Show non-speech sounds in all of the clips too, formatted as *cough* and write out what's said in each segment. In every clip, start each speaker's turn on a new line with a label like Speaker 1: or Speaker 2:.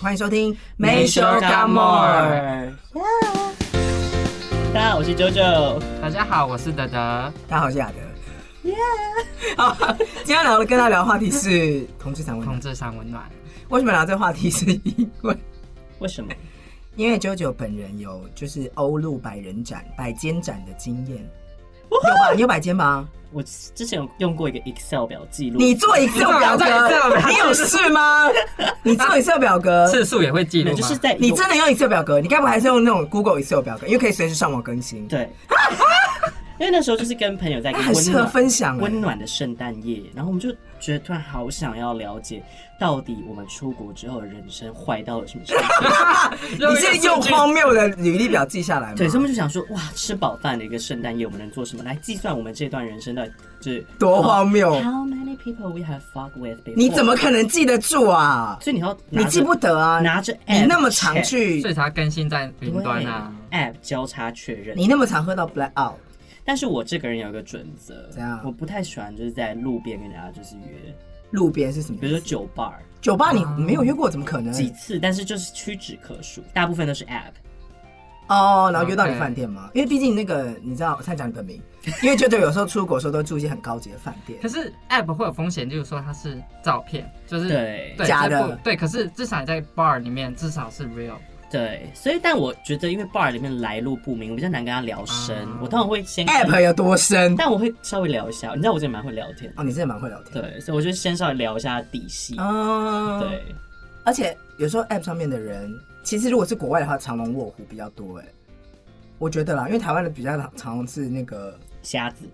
Speaker 1: 欢迎收听《
Speaker 2: 没羞干沫儿》。大家好，我是 JoJo。
Speaker 3: 大家好，我是德德。
Speaker 1: 大家好，我是亚德。耶！好，今天聊的跟他聊的话题是同志散文。
Speaker 3: 同志上温暖，
Speaker 1: 为什么聊这个话题？是因为 *laughs*
Speaker 2: 为什么？
Speaker 1: 因为 JoJo 本人有就是欧陆百人展、百间展的经验，有吧？你有百间吗？
Speaker 2: 我之前有用过一个 Excel 表记录，
Speaker 1: 你做 Excel 表格，你有事吗？你做 Excel 表
Speaker 3: *laughs*
Speaker 1: 格，
Speaker 3: 次数也会记
Speaker 2: 没
Speaker 3: 录
Speaker 2: 有
Speaker 3: 吗？
Speaker 2: 就是在
Speaker 1: 你真的用 Excel 表格？你该不还是用那种 Google Excel 表格？因为可以随时上网更新。 *laughs*
Speaker 2: 对。因为那时候就是跟朋友在一个
Speaker 1: 它很
Speaker 2: 温
Speaker 1: 适合
Speaker 2: 暖
Speaker 1: 分享欸
Speaker 2: 温暖的圣诞夜，然后我们就觉得突然好想要了解，到底我们出国之后的人生坏到了什么程
Speaker 1: *laughs*
Speaker 2: 度。
Speaker 1: 你是用荒谬的履历表记下来吗？
Speaker 2: 对，所以我们就想说，哇，吃饱饭的一个圣诞夜，我们能做什么？来计算我们这段人生到底就是
Speaker 1: 多荒谬！
Speaker 2: How many people we have fucked with？before？
Speaker 1: 你怎么可能记得住啊？
Speaker 2: 所以你要拿
Speaker 1: 你
Speaker 2: 着
Speaker 1: 记不得啊？
Speaker 2: 拿着 app
Speaker 1: 你那么常
Speaker 2: check
Speaker 1: 去
Speaker 3: 所，以才更新在云端啊。
Speaker 2: 对 App 交叉确认。
Speaker 1: 你那么常喝到 black out，
Speaker 2: 但是我这个人有一个准则
Speaker 1: 怎样，嗯
Speaker 2: 我不太喜欢就是在路边跟人家就是约，
Speaker 1: 路边是什么
Speaker 2: 比？如说酒啊吧
Speaker 1: 酒吧你没有约过，怎么可能？
Speaker 2: 几次，但是就是屈指可数，大部分都是 App。
Speaker 1: 哦，然后约到你
Speaker 3: OK
Speaker 1: 饭店吗？因为毕竟那个你知道，我才讲你
Speaker 2: *laughs*
Speaker 1: 本名，因为舅舅有时候出国的时候都住一些很高级的饭店
Speaker 3: 可。是 App 会有风险，就是说它是照片，
Speaker 1: 嗯
Speaker 3: 就是
Speaker 2: 对
Speaker 3: 对
Speaker 1: 假的
Speaker 3: 这不对。可是至少你在 bar 里面，至少是 real。
Speaker 2: 对，所以但我觉得，因为 bar 里面来路不明，我比较难跟他聊深。
Speaker 3: 啊
Speaker 2: 我通常会
Speaker 1: 嗯
Speaker 2: 先
Speaker 1: App 有多深？
Speaker 2: 但我会稍微聊一下。你知道我这里蛮会聊天的，
Speaker 1: 哦，你真的蛮会聊天。
Speaker 2: 对，所以我就先稍微聊一下底细。
Speaker 1: 嗯，。
Speaker 2: 对，
Speaker 1: 而且有时候 App 上面的人，其实如果是国外的话，藏龙卧虎比较多哎、我觉得啦，因为台湾的比较常是那个
Speaker 2: 瞎子，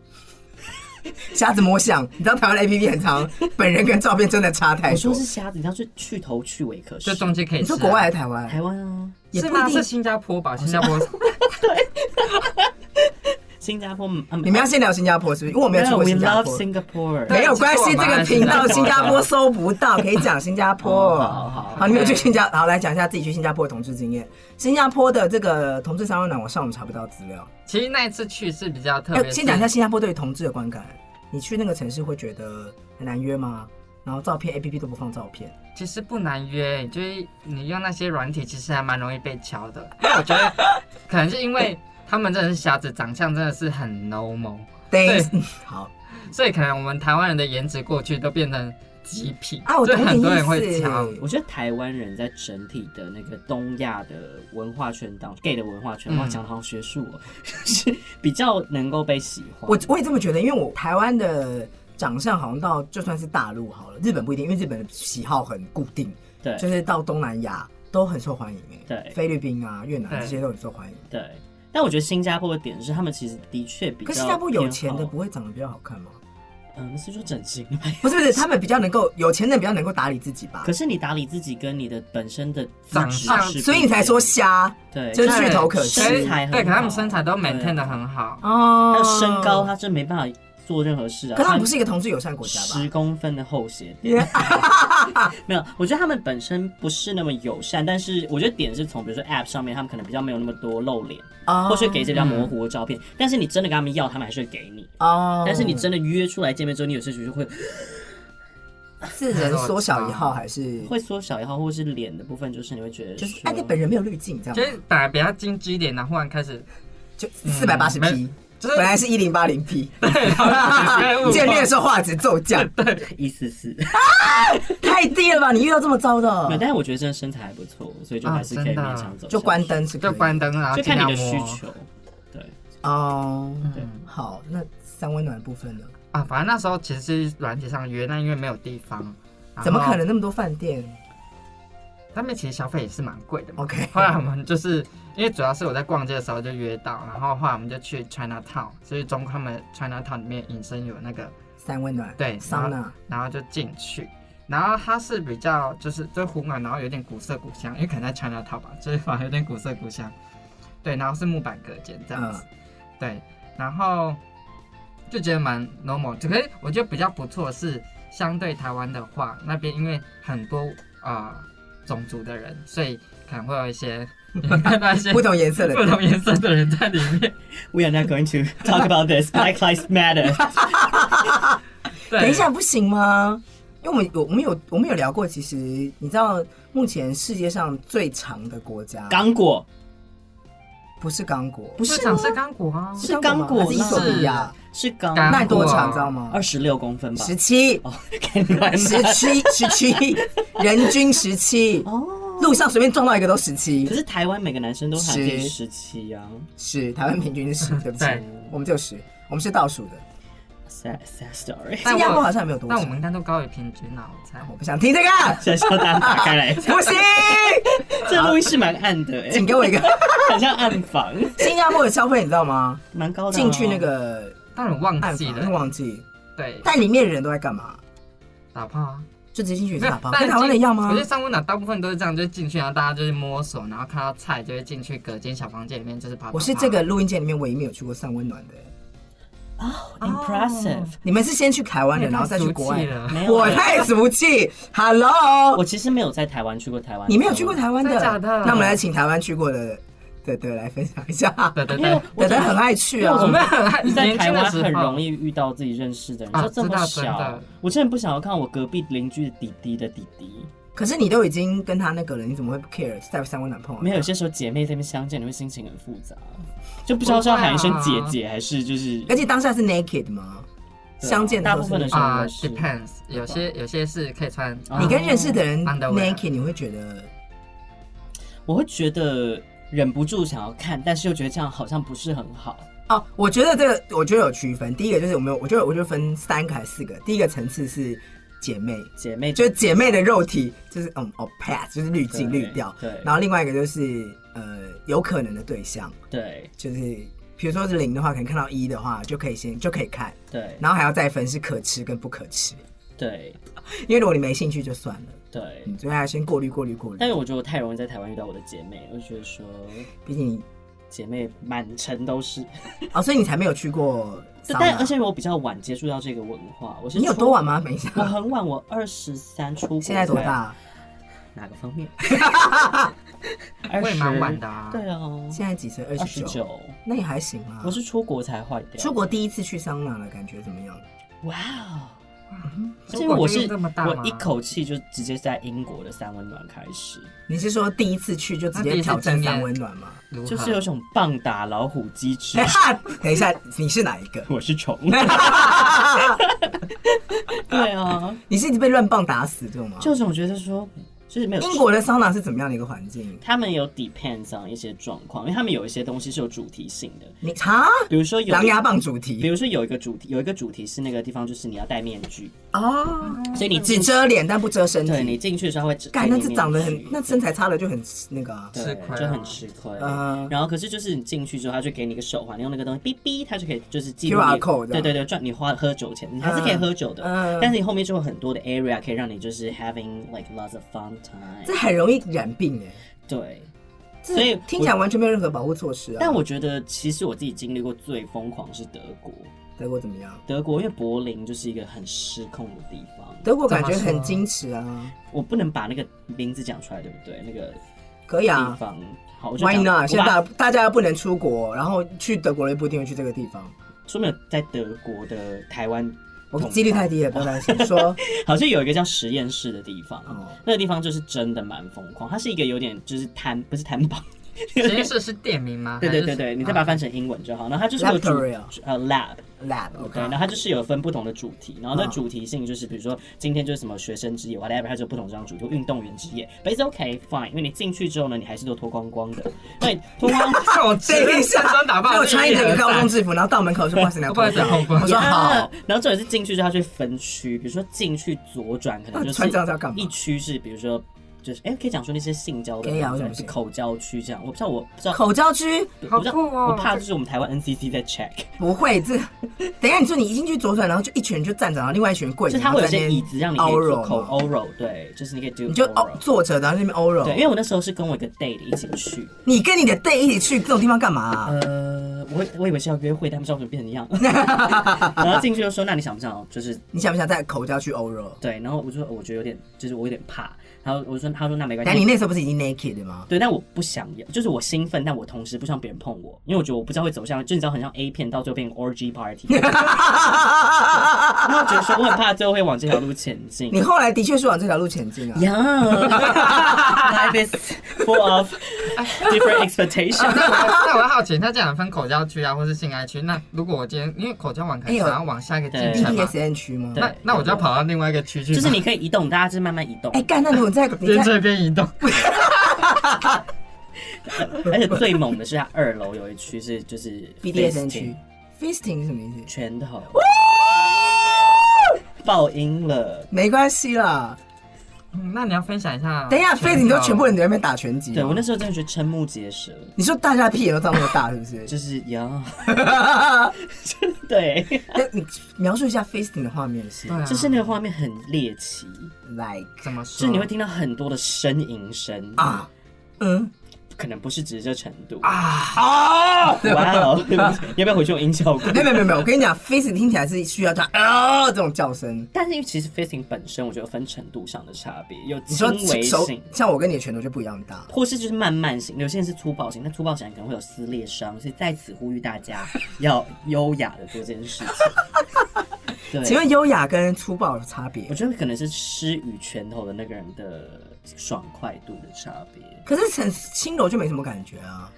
Speaker 1: 瞎子摸象，你知道台湾的 A P P 很长，本人跟照片真的差太
Speaker 2: 我
Speaker 1: 多
Speaker 2: 说。是瞎子，你知道是去头去尾可。
Speaker 3: 就是中间可以
Speaker 1: 你
Speaker 3: 吃啊。
Speaker 1: 说国外还是台湾？
Speaker 2: 台湾啊，
Speaker 1: 也
Speaker 3: 是
Speaker 1: 不
Speaker 3: 吗？
Speaker 1: 一定
Speaker 3: 是。新加坡吧？新加坡 *laughs*
Speaker 2: 新加坡，嗯啊
Speaker 1: 你们要先聊新加坡是不是？因为我没有去过
Speaker 2: We
Speaker 1: 新加
Speaker 2: love
Speaker 1: 坡。
Speaker 2: Singapore。
Speaker 3: 对
Speaker 1: 没有关系，
Speaker 3: 其实
Speaker 1: 这
Speaker 3: 我蛮
Speaker 1: 个
Speaker 3: 爱
Speaker 1: 频道新
Speaker 3: 新
Speaker 1: 加
Speaker 3: 加
Speaker 1: 坡
Speaker 3: 坡的
Speaker 1: 搜不到，可以讲新加坡。
Speaker 2: 哦好好
Speaker 1: 好，你们有去
Speaker 3: OK
Speaker 1: 新加，好来讲一下自己去新加坡的同志经验。新加坡的这个同志三温暖，我上网查不到资料。
Speaker 3: 其实那一次去是比较特
Speaker 1: 哎、
Speaker 3: 别。
Speaker 1: 先讲一下，新加坡对于同志的观感。你去那个城市会觉得很难约吗？然后照片 A P P 都不放照片，
Speaker 3: 其实不难约，就是你用那些软体，其实还蛮容易被敲的。因为我觉得可能是因为他们真的是瞎子，长相真的是很 normal。
Speaker 1: 等
Speaker 3: 对
Speaker 1: 于 *laughs* 好
Speaker 3: 所以可能我们台湾人的颜值过去都变成极品
Speaker 1: 啊，我
Speaker 3: 所以
Speaker 1: 懂
Speaker 3: 很
Speaker 1: 你
Speaker 3: 多人
Speaker 1: 意
Speaker 3: 会
Speaker 1: 思
Speaker 3: 挑。。
Speaker 2: 我觉得台湾人在整体的那个东亚的文化圈当中，gay 的文化圈，哇，
Speaker 3: 嗯
Speaker 2: 讲的好学术哦，是比较能够被喜欢。
Speaker 1: 我我也这么觉得，因为我台湾的长相好像到就算是大陆好了，日本不一定，因为日本的喜好很固定，
Speaker 2: 对
Speaker 1: 就是到东南亚都很受欢迎、欸，
Speaker 2: 对
Speaker 1: 菲律宾啊、越南
Speaker 3: 对
Speaker 1: 这些都很受欢迎。
Speaker 2: 对，但我觉得新加坡的点是，他们其实的确比较
Speaker 1: 可新加坡有钱的
Speaker 2: 偏好
Speaker 1: 不，会长得比较好看吗？ *laughs*
Speaker 2: 嗯，是说整形。
Speaker 1: 不是不是，他们比较能够有钱人比较能够打理自己吧
Speaker 2: *laughs* 可，是你打理自己跟你的本身的资
Speaker 3: 长
Speaker 2: 质
Speaker 3: 相
Speaker 2: 是不
Speaker 1: 所以你才
Speaker 2: 一样
Speaker 1: 说瞎
Speaker 2: 对，
Speaker 1: 就是
Speaker 3: 对
Speaker 1: 去头可惜
Speaker 3: 所以
Speaker 2: 身材很好
Speaker 3: 对，可他们身材都 maintain 的
Speaker 2: 对
Speaker 3: 很好。
Speaker 1: 哦
Speaker 2: 他的身高，，他真没办法做任何事啊。
Speaker 1: 可他们不是一个同志友善国家吧
Speaker 2: 十？公分的厚鞋底。
Speaker 1: 也
Speaker 2: *laughs* 没有，我觉得他们本身不是那么友善，但是我觉得点是从比如说 App 上面，他们可能比较没有那么多露脸，
Speaker 1: 哦
Speaker 2: 或是给一些比较模糊的照片。但是你真的跟他们要，他们还是会给你。
Speaker 1: 哦，嗯
Speaker 2: 但是你真的约出来见面之后，你有些时候就会
Speaker 1: 是人缩小以后还是
Speaker 2: 会缩小也好，或是脸的部分，就是你会觉得
Speaker 1: 就是
Speaker 2: 说
Speaker 1: 哎，你本人没有滤镜，你知道
Speaker 3: 就
Speaker 1: 吗？
Speaker 3: 是本来比较精致一点，然后忽然开始
Speaker 1: 就四百八
Speaker 2: 嗯
Speaker 1: 十 P，
Speaker 3: 就是
Speaker 1: 本
Speaker 3: *laughs*
Speaker 1: 来是一零八零 P， *laughs*
Speaker 3: 对
Speaker 1: 见面的时候画质骤降，
Speaker 2: 一丝丝。
Speaker 1: 太低了吧？你遇到这么糟
Speaker 2: *laughs* 没有，
Speaker 1: 的，
Speaker 2: 但是我觉得真的身材还不错，所以就还是
Speaker 1: 哦
Speaker 2: 可以
Speaker 3: 啊真的
Speaker 2: 勉强走下去。
Speaker 1: 就关灯是啊可以
Speaker 3: 就关灯，然后
Speaker 2: 就看你的
Speaker 3: 尽
Speaker 2: 需
Speaker 3: 量摸
Speaker 2: 求。对，
Speaker 1: 哦。
Speaker 2: 对
Speaker 3: 嗯
Speaker 1: 好，那三温暖的部分呢？
Speaker 3: 啊，反正那时候其实是软体上约，但因为没有地方，
Speaker 1: 怎么可？能那么多饭店
Speaker 3: 他们其实消费也是蛮贵的嘛。
Speaker 1: ？OK，
Speaker 3: 后来我们就是因为主要是我在逛街的时候就约到，然后后来我们就去 China Town，就是中他们 China Town 里面隐身有那个，
Speaker 1: 三温暖
Speaker 3: 对
Speaker 1: 桑拿
Speaker 3: 然后就进去。然后它是比较就是就湖南，然后有点古色古香，因为可能在 China Town 吧，就是反正有点古色古香。对，然后是木板隔间这样
Speaker 1: 嗯
Speaker 3: 子。对，然后就觉得蛮 normal，可是我觉得比较不错的是，相对台湾的话，那边因为很多啊、呃种族的人，所以可能会有
Speaker 1: *laughs*
Speaker 3: 一些你会看到一些
Speaker 1: 不同颜色的
Speaker 3: 不同颜色的人在里面。
Speaker 2: We are not going to
Speaker 1: *laughs*
Speaker 2: talk about this. Black lives matter.
Speaker 3: 对，
Speaker 1: 等一下，不行吗？因为我们有我们有我们有聊过，其实你知道目前世界上最长的国家，
Speaker 2: 刚果
Speaker 1: 不是刚果，
Speaker 2: 不是
Speaker 3: 长
Speaker 2: 吗
Speaker 3: 是刚果啊，
Speaker 2: 是刚果
Speaker 1: 还是伊索比亚？
Speaker 2: 是刚
Speaker 3: 刚
Speaker 1: 那多长
Speaker 3: 果
Speaker 1: 你知道吗？
Speaker 2: 二十六公分吧？ *laughs*
Speaker 1: 十七，
Speaker 2: 哦，看你来
Speaker 1: 十七，十 *laughs* 七，人均十七，
Speaker 2: 哦。
Speaker 1: 路上随便撞到一个都十
Speaker 2: 可
Speaker 1: 七，
Speaker 2: 是台湾每个男生都还可
Speaker 1: 十
Speaker 2: 以十七啊呀，
Speaker 1: 是台湾平均是
Speaker 3: *laughs*
Speaker 1: 十，对不起
Speaker 3: 对，
Speaker 1: 我们就十，我们是倒数的。
Speaker 2: sad sad story。 *laughs*
Speaker 3: 但
Speaker 1: 新
Speaker 3: 我
Speaker 1: 加坡好像没有多
Speaker 3: 那我
Speaker 1: 少
Speaker 3: 们，应该都高于平均啦，我猜。
Speaker 1: 我不想听
Speaker 3: *laughs*
Speaker 1: 这个，
Speaker 2: 现在叫大家打开来，
Speaker 1: 不行，
Speaker 2: 这录音室蛮暗的哎，
Speaker 1: 请给我
Speaker 3: *laughs*
Speaker 1: 一个。
Speaker 2: 很像暗房，
Speaker 1: 新加坡的消费你知道吗？
Speaker 2: 蛮高的哦。
Speaker 1: 进去那个
Speaker 3: 但我忘
Speaker 1: 暗
Speaker 3: 记
Speaker 1: 房
Speaker 3: 了，
Speaker 1: 忘记，
Speaker 3: 对，
Speaker 1: 但里面的人都在干嘛？
Speaker 3: 打炮啊。
Speaker 1: 就直接进去
Speaker 3: 没有
Speaker 1: 打包，
Speaker 3: 但
Speaker 1: 跟台湾的一样吗
Speaker 3: 可？是上温暖大部分都是这样，就是进去，然后大家就是摸索，然后看到菜就会进去隔间小房间里面，就是啪啪啪。
Speaker 1: 我是这个录音间里面唯一没有去过上温暖的。
Speaker 2: 哦 impressive。
Speaker 1: 你们是先去台湾的，
Speaker 3: 你也太
Speaker 1: 然后再去国外
Speaker 3: 俗气了
Speaker 2: 没有
Speaker 1: 哦
Speaker 2: 啊
Speaker 1: 我太俗气，Hello，
Speaker 2: 我其实没有在台湾去过台湾，
Speaker 1: 你没有去过台湾的
Speaker 3: 真的假的
Speaker 1: 那我们来请台湾去过的对对来分享一下。
Speaker 3: *laughs* 对对
Speaker 2: 因为
Speaker 3: 对，
Speaker 2: 我
Speaker 1: 对对
Speaker 2: 总
Speaker 1: 很爱去
Speaker 2: 因为
Speaker 1: 啊
Speaker 2: 我，
Speaker 3: 我们很爱
Speaker 2: 在
Speaker 3: 年
Speaker 2: 台
Speaker 3: 轻的
Speaker 2: 湾
Speaker 3: 时
Speaker 2: 很
Speaker 3: 候
Speaker 2: 容易遇到自己认识的人，
Speaker 3: 啊
Speaker 2: 就这么
Speaker 3: 知道真
Speaker 2: 小
Speaker 3: 的，
Speaker 2: 我真的不想要看我隔壁邻居的弟弟的弟弟。
Speaker 1: 可是你都已经跟他那个了，你怎么会不 care 在三温暖碰到他？
Speaker 2: 没有，有些时候姐妹在那边相见，你会心情很复杂，就不知道是要
Speaker 3: 啊
Speaker 2: 喊一声姐姐还是就是
Speaker 1: 而且当下是 naked 吗？相见
Speaker 2: 呃大
Speaker 1: 的
Speaker 2: 部
Speaker 1: 时候
Speaker 2: 分
Speaker 1: 是
Speaker 2: 的时候
Speaker 3: 啊
Speaker 2: 都是
Speaker 3: ，depends，有些有些是可以穿，
Speaker 2: 啊
Speaker 1: 你跟认识的人
Speaker 3: Underwear
Speaker 1: naked，你会觉得
Speaker 2: 我会觉得忍不住想要看，但是又觉得这样好像不是很好。
Speaker 1: 哦，我觉得这个我觉得有区分。第一个就是我们有，我觉得我就分三个还是四个。第一个层次是姐妹，
Speaker 2: 姐妹
Speaker 1: 就是姐妹的肉体，就是嗯哦 pass，就是滤镜
Speaker 2: 对
Speaker 1: 滤掉。
Speaker 2: 对
Speaker 1: 然后另外一个就是呃有可能的对象，
Speaker 2: 对
Speaker 1: 就是比如说是零的话，可能看到一的话就可以先就可以看，
Speaker 2: 对
Speaker 1: 然后还要再分是可吃跟不可吃，
Speaker 2: 对
Speaker 1: 因为如果你没兴趣就算了，
Speaker 2: 对，
Speaker 1: 嗯，所以还要先过滤过滤过滤
Speaker 2: 但。是我觉得我太容易在台湾遇到我的姐妹，我就觉得说
Speaker 1: 毕竟你
Speaker 2: 姐妹满城都是。
Speaker 1: 哦，所以你才没有去过
Speaker 2: 对
Speaker 1: 桑拿，
Speaker 2: 但而且我比较晚接触到这个文化，我是
Speaker 1: 你有
Speaker 2: 出
Speaker 1: 多晚？吗？没想
Speaker 2: 我很晚，我二十三出国。
Speaker 1: 现在多？大？
Speaker 2: 哪
Speaker 1: *laughs*
Speaker 2: 个方面？
Speaker 3: 我也蛮晚的
Speaker 2: 20
Speaker 3: 啊
Speaker 2: 对啊，
Speaker 1: 现在几岁？二十
Speaker 2: 二十
Speaker 1: 九。
Speaker 2: 九。
Speaker 1: 那也还行啊。
Speaker 2: 我是出国才坏掉。
Speaker 1: 出国第一次去桑拿的感觉怎么样？
Speaker 2: 哇哦！而
Speaker 3: 出
Speaker 2: 且
Speaker 3: 国
Speaker 2: 我
Speaker 3: 就是这么大吗
Speaker 2: 我一口气就直接在英国的三温暖开始，
Speaker 1: 你是说第一次去就直
Speaker 3: 那第
Speaker 1: 接
Speaker 3: 一次
Speaker 1: 挑战
Speaker 3: 经验
Speaker 1: 三温暖吗？
Speaker 3: 如何
Speaker 2: 就是有种棒打老虎鸡
Speaker 1: *laughs*
Speaker 2: 之
Speaker 1: 等一下，等一下，你是哪一个？ *laughs*
Speaker 2: 我是虫。对啊，
Speaker 1: 你是一直被乱棒打死这种吗？
Speaker 2: *laughs* 就是我觉得说，就是没有
Speaker 1: 英国的桑拿是怎么样的一个环境？
Speaker 2: 他们有 depends on 一些状况，因为他们有一些东西是有主题性的，
Speaker 1: 你啊，
Speaker 2: 比如说有
Speaker 1: 狼牙棒主
Speaker 2: 比
Speaker 1: 题
Speaker 2: 如说有一个主题，有一个主题是那个地方就是你要戴面具，
Speaker 1: 哦，
Speaker 2: 所以你
Speaker 1: 只
Speaker 2: 进去，
Speaker 1: 遮脸但不遮身
Speaker 2: 对你
Speaker 1: 体。
Speaker 2: 进去的时候会
Speaker 1: 干，那
Speaker 2: 这
Speaker 1: 这长得很，那身材差了就很那个啊。
Speaker 2: 对
Speaker 3: 吃亏啊
Speaker 2: 就很吃亏。
Speaker 1: 嗯
Speaker 2: 然后可是就是你进去之后，他就给你一个手环，你用那个东西哔哔，他就可以就是记录
Speaker 1: QR
Speaker 2: 你
Speaker 1: code 这
Speaker 2: 对
Speaker 1: 样
Speaker 2: 对对，赚你花喝酒钱，你还是可以喝酒的，
Speaker 1: 嗯
Speaker 2: 但是你后面就有很多的 area 可以让你就是 having like lots of fun
Speaker 1: 这
Speaker 2: time。
Speaker 1: 很容易染病哎，
Speaker 2: 对，
Speaker 1: 这
Speaker 2: 所以
Speaker 1: 听起来完全没有任何保护措施啊。
Speaker 2: 但我觉得其实我自己经历过最疯狂是德国，
Speaker 1: 德国怎么样？
Speaker 2: 德国因为柏林就是一个很失控的地方，
Speaker 1: 德国感觉
Speaker 3: 怎么
Speaker 1: 很
Speaker 3: 说
Speaker 1: 矜持啊，
Speaker 2: 我不能把那个名字讲出来，对不对？那个
Speaker 1: 可以啊
Speaker 2: 地。方，好，我就
Speaker 1: Why
Speaker 2: 讲
Speaker 1: not？
Speaker 2: 我
Speaker 1: 现在大
Speaker 2: 把
Speaker 1: 大家又不能出国，然后去德国人不一定会去这个地方，
Speaker 2: 说明有在德国的台湾，
Speaker 1: 我几率太低了，不要担心。
Speaker 2: *laughs*
Speaker 1: 说，
Speaker 2: 好像有一个叫实验室的地方，
Speaker 1: 哦
Speaker 2: 那个地方就是真的蛮疯狂，它是一个有点就是摊不是摊榜，
Speaker 3: 实验室是店名吗？
Speaker 2: *laughs* 对对对
Speaker 3: 还是
Speaker 2: *laughs*
Speaker 3: 啊
Speaker 2: 对，你再把它翻成英文就好。然后它就是有
Speaker 1: Laboratory 啊
Speaker 2: 主呃 lab。
Speaker 1: lab
Speaker 2: 对，
Speaker 1: OK，
Speaker 2: 然后它就是有分不同的主题，然后那
Speaker 1: 嗯
Speaker 2: 主题性就是比如说今天就是什么学生之夜，whatever，它就有不同这样主题，或运动员之夜，but it's okay fine，因为你进去之后呢，你还是都脱光光的，那你脱光
Speaker 3: 看 *laughs* 我直
Speaker 1: 等一
Speaker 3: 接
Speaker 1: 下
Speaker 3: 上装
Speaker 1: 所
Speaker 3: 打，
Speaker 1: 以
Speaker 3: 扮，
Speaker 1: 我穿一
Speaker 3: 这
Speaker 1: 个
Speaker 3: 也很
Speaker 1: 高中
Speaker 3: 赞
Speaker 1: 制服，然后到门口说不好意思，
Speaker 2: *laughs*
Speaker 1: 你要
Speaker 3: 不好意思
Speaker 1: 脱掉
Speaker 3: 后冠
Speaker 1: 我说好，，
Speaker 2: 啊然后重点是进去之后，它去分区，比如说进去左转可能就
Speaker 1: 那啊穿这样是要
Speaker 2: 是
Speaker 1: 干嘛
Speaker 2: 一区是比如说就是哎、可以讲说那些性交的
Speaker 1: 可以啊
Speaker 2: 部
Speaker 1: 为什么
Speaker 2: 分
Speaker 1: 不
Speaker 2: 是
Speaker 1: 行
Speaker 2: 口交区这样，我不知道我不知道
Speaker 1: 口啊交区
Speaker 2: 我不知道
Speaker 3: 好酷哦
Speaker 2: 我怕就是我们台湾 NCC 在 check，
Speaker 1: 不会这。等一下，你说你一进去左转，然后就一群人就站着，然后另外一群人跪着，
Speaker 2: 就是它会有一些椅子让你可以做口
Speaker 1: oral，
Speaker 2: oral，对，就是你可以 do
Speaker 1: 你就哦
Speaker 2: oral，
Speaker 1: 坐着，然后那边 oral。
Speaker 2: 对，因为我那时候是跟我一个 date 一起去，
Speaker 1: 你跟你的 day 一起去这种地方干嘛啊？
Speaker 2: 呃，我我以为是要约会，但不知道怎么
Speaker 1: *laughs*
Speaker 2: 变成一样。然后进去就说：“那你想不想就是
Speaker 1: 你想不想在口交去欧热？
Speaker 2: 对？”然后我就说：“我觉得有点，就是我有点怕。”然后我就说：“他说那没关
Speaker 1: 但你
Speaker 2: 系。
Speaker 1: 那时候不是已经 naked 了”
Speaker 2: *laughs*
Speaker 1: 吗？
Speaker 2: 对，但我不想要，就是我兴奋，但我同时不想别人碰我，因为我觉得我不知道会走向，就你知道，很像 A 片，到最后变 orgy party，然后我觉得说我很怕最后会往这条路前进。
Speaker 1: 你后来的确是往这条路前进啊。
Speaker 2: *laughs* Yeah，life is full of different expectations。
Speaker 3: 那我 *laughs* 那我好奇，他这样分口交区啊，或是性爱区。那如果我今天因为口交完可能
Speaker 1: 哎呦
Speaker 3: 想要往下一个进
Speaker 1: *laughs*
Speaker 3: 程嘛，
Speaker 1: BDSN 区吗？
Speaker 2: 对
Speaker 3: 那那我就要跑到另外一个区
Speaker 2: *laughs*
Speaker 3: 去，
Speaker 2: 就是你可以移动，大家就是慢慢移动，
Speaker 1: 哎，干，那如果
Speaker 2: *laughs*
Speaker 1: 在你
Speaker 3: 边
Speaker 1: 在
Speaker 3: 追边移动。
Speaker 2: 而且最猛的是它二楼有一区是就是
Speaker 1: BDSN
Speaker 2: fisting
Speaker 1: 区，fisting 是什么意思？
Speaker 2: 拳头，爆音了。
Speaker 1: 没关系
Speaker 2: 啊
Speaker 1: 啦，
Speaker 3: 嗯那你要分享一下。
Speaker 1: 等一下，fisting 都全部人
Speaker 3: 的。
Speaker 1: 在那边打拳击吗。哦
Speaker 2: 对我那时候真的觉得瞠目结舌，
Speaker 1: 你说大家屁眼都长那么大，是不
Speaker 2: *laughs*
Speaker 1: 是？
Speaker 2: 就是呀，对，
Speaker 1: 那你描述一下 fisting 的画面是
Speaker 3: 对啊
Speaker 2: 就是那个画面很猎奇，
Speaker 1: like
Speaker 3: 怎么
Speaker 2: 就
Speaker 3: 说？
Speaker 2: 是你会听到很多的呻吟声，
Speaker 1: 啊，嗯
Speaker 2: 可能不是只是这程度。
Speaker 3: 啊，
Speaker 1: 啊，
Speaker 2: 哇
Speaker 1: *laughs*
Speaker 2: 哦，要不要回去用音效过？
Speaker 1: 没有没有没有没有，我跟你讲，fisting 听起来是需要这样啊这种叫声。
Speaker 2: 但是因为其实 fisting 本身，我觉得有分程度上的差别，有
Speaker 1: 你说
Speaker 2: 轻微
Speaker 1: 手
Speaker 2: 性，
Speaker 1: 像我跟你的拳头就不一样大，
Speaker 2: 或是就是慢慢型，有些人是粗暴型，那粗暴型可能会有撕裂伤，所以在此呼吁大家要优雅的做这件事情。
Speaker 1: *laughs*
Speaker 2: 对，
Speaker 1: 请问优雅跟粗暴有差别
Speaker 2: 我？觉得可能是施与拳头的那个人的爽快度的差别。
Speaker 1: 可是很轻柔就没什么感觉啊。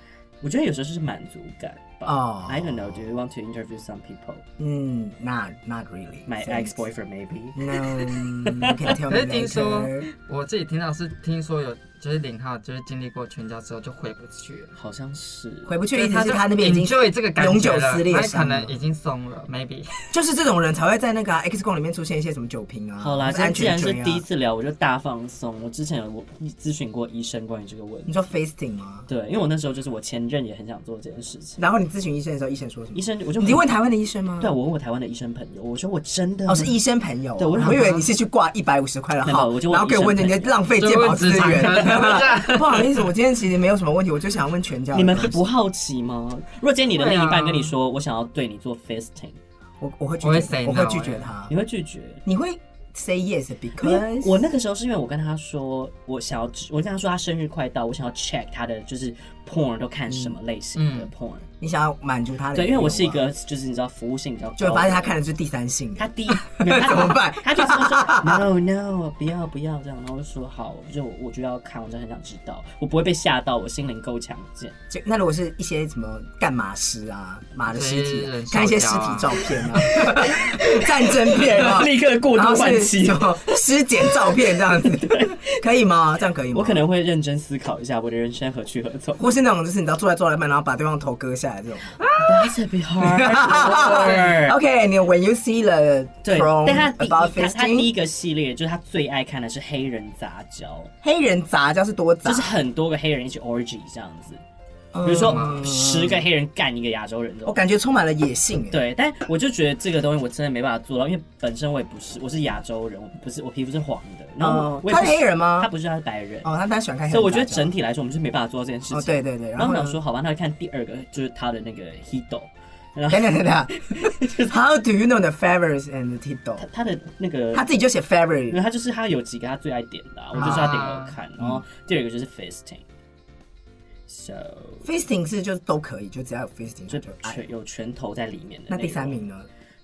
Speaker 2: 我觉得有时候是满足感吧。
Speaker 1: 哦
Speaker 2: I don't know. Do you want to interview some people?
Speaker 1: 嗯，not not really.
Speaker 2: My
Speaker 1: Thanks.
Speaker 2: ex boyfriend maybe.
Speaker 1: No, you can tell
Speaker 3: 可
Speaker 1: me
Speaker 3: 是 *laughs* 听说
Speaker 1: later.
Speaker 3: 我自己听到是听说有，就是零号就是经历过全交之后就回不去了。
Speaker 2: 好像是。
Speaker 1: 回不去
Speaker 3: 就
Speaker 1: 的意思是他那边已经
Speaker 3: 就这个感觉了
Speaker 1: 永久撕裂
Speaker 3: 他可
Speaker 1: 伤了
Speaker 3: 能已经松了，maybe。
Speaker 1: 就是这种人才会在那个啊 X 光里面出现一些什么酒瓶啊，
Speaker 2: 好啦，
Speaker 1: 或是
Speaker 2: 这
Speaker 1: 安
Speaker 2: 既
Speaker 1: 全
Speaker 2: 然
Speaker 1: 锥
Speaker 2: 是
Speaker 1: 啊。
Speaker 2: 第一次聊，我就大放松。我之前有我咨询过医生关于这个问
Speaker 1: 你
Speaker 2: 题。
Speaker 1: 说 fasting 吗？
Speaker 2: 对，因为我那时候就是我前任也很想做这件事情。
Speaker 1: 然后你咨询医生的时候，医生说什么
Speaker 2: 医？生，我就
Speaker 1: 你就问台湾的医生吗？
Speaker 2: 对，我问我台湾的医生朋友，我说我真的
Speaker 1: 哦，是医生朋友啊。
Speaker 2: 嗯对我想
Speaker 1: 我以为你是去挂一百五十块的
Speaker 2: 没有
Speaker 1: 号，
Speaker 2: 我就问
Speaker 1: 然后给我问
Speaker 2: 医生
Speaker 1: 人
Speaker 2: 朋友
Speaker 1: 家浪费健保资源
Speaker 3: 就问职场科。
Speaker 1: *laughs* 不好意思，我今天其实没有什么问题，我就想问全家。
Speaker 2: 你们不好奇吗？如果今天你的另一
Speaker 3: 会
Speaker 2: 半
Speaker 3: 啊
Speaker 2: 跟你说我想要对你做 fisting，
Speaker 1: 我我会拒
Speaker 3: 我会
Speaker 1: 绝
Speaker 3: say
Speaker 1: 他，我会
Speaker 3: no，
Speaker 1: 拒绝
Speaker 3: 哎
Speaker 1: 他
Speaker 2: 你。会拒绝？
Speaker 1: 你会 say yes
Speaker 2: 因为
Speaker 1: because
Speaker 2: 我那个时候是因为我跟他说我想要，我跟他说他生日快到，我想要 check 他的就是 porn 都看什么类型的
Speaker 3: 嗯
Speaker 2: porn。
Speaker 1: 你想要满足他的。
Speaker 2: 对，因为我是一，个就是你知道服务性比较高的
Speaker 1: 就
Speaker 2: 人，
Speaker 1: 会发现他看的是第三性。
Speaker 2: 他
Speaker 1: *laughs*
Speaker 2: 第一没有他
Speaker 1: 怎么办
Speaker 2: 他就这么说 no no 不要不要这样，然后我就说好，就我我就要看，我真的很想知道，我不会被吓到，我心灵够强健。
Speaker 1: 就那如果是一些什么干马尸啊、马的尸体啊
Speaker 3: 对人，
Speaker 1: 看一些尸
Speaker 3: 烧焦
Speaker 1: 体
Speaker 3: 啊
Speaker 1: 照片啊、战争片
Speaker 2: *laughs*
Speaker 1: 啊，
Speaker 2: 立刻过
Speaker 1: 然后
Speaker 2: 度换
Speaker 1: 是
Speaker 2: 气
Speaker 1: 什。么尸检照片这样
Speaker 2: *laughs*
Speaker 1: 子，可以吗？这样可以吗？
Speaker 2: 我可能会认真思考一下我的人生何去何从。
Speaker 1: 或是那种就是你知道坐在坐到一半，然后把对方头割下
Speaker 2: *laughs*
Speaker 1: 来这种。
Speaker 2: That's a bit
Speaker 1: *laughs*
Speaker 2: hard.
Speaker 1: OK，你 When you see the
Speaker 2: *laughs* 对，
Speaker 1: from
Speaker 2: 但他第一
Speaker 1: about
Speaker 2: 他他第一
Speaker 1: fifteen，
Speaker 2: 个系列就是他最爱看的是黑人杂交，
Speaker 1: 黑人杂交是多杂
Speaker 2: 就是？很多个黑人一起 orgy 这样子，比如说
Speaker 1: 嗯
Speaker 2: 十个黑人干一个亚洲人这
Speaker 1: 我
Speaker 2: 种。
Speaker 1: 感觉充满了野性。哎，
Speaker 2: 对，但我就觉得这个东西我真的没办法做到，因为本身我也不是，我是亚洲人，我不是我皮肤是黄的，然后
Speaker 1: 哦
Speaker 2: 我，也
Speaker 1: 他
Speaker 2: 不
Speaker 1: 是黑人吗
Speaker 2: 他？不是他是白人，
Speaker 1: 哦，他他喜欢看黑人杂交。
Speaker 2: 所以我觉得整体来说我们是没办法做到这件事情。
Speaker 1: 哦，对对对，
Speaker 2: 然后我
Speaker 1: 呢
Speaker 2: 想说，好吧，那就看第二个，就是他的那个 Hido，然后
Speaker 1: 等等等等
Speaker 2: *laughs*
Speaker 1: ，How do you know the favors and the title？
Speaker 2: 他他的那个
Speaker 1: 他自己就写
Speaker 2: 因
Speaker 1: favorite
Speaker 2: 为他就是他有几个他最爱点的、啊，我就是要点给我看。
Speaker 1: 啊
Speaker 2: 然后第二个就是 fisting，so
Speaker 1: fisting 是就是都可以，就只要有 fisting
Speaker 2: 就
Speaker 1: 就爱。
Speaker 2: 拳有拳头在里面的。
Speaker 1: 那第三，名呢？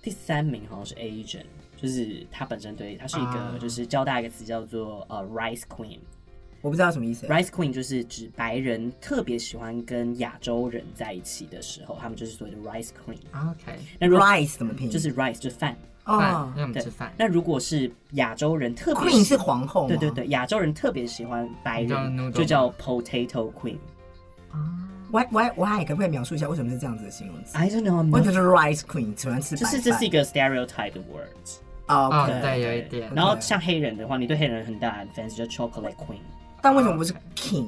Speaker 2: 第三名好像是 agent，就是他本身对他是一个
Speaker 3: 啊
Speaker 2: 就是教大家一个词叫做呃 rice queen。
Speaker 1: 我不知道什么意思。
Speaker 2: Rice Queen 就是指白人特别喜欢跟亚洲人在一起的时候，他们就是所谓的 Rice Queen。
Speaker 3: OK，
Speaker 2: 那如果
Speaker 1: Rice 怎么拼？
Speaker 2: 就是 rice 就是饭，
Speaker 1: 哦
Speaker 3: 饭，让我们
Speaker 2: 对
Speaker 3: 吃饭。
Speaker 2: 那如果是亚洲人特别
Speaker 1: ，Queen
Speaker 2: 喜
Speaker 1: 是皇后吗
Speaker 2: 对对对，亚洲人特别喜欢白
Speaker 3: 你知道
Speaker 2: 人，
Speaker 3: noodle
Speaker 2: 就叫 Potato Queen。
Speaker 1: Why why why？可不可以描述一下为什么是这样子的形容词？
Speaker 2: I don't know，
Speaker 1: 为什么是 rice queen 喜欢吃白
Speaker 2: 就
Speaker 1: 饭？
Speaker 2: 是这是一个 stereotype 的 word。
Speaker 1: 哦
Speaker 3: 哦，
Speaker 2: 啊
Speaker 1: OK，
Speaker 3: 对，有一点。
Speaker 2: 然后像黑人的话，你对黑人很大的 fans 叫 chocolate queen，
Speaker 1: 但为什么不是 king？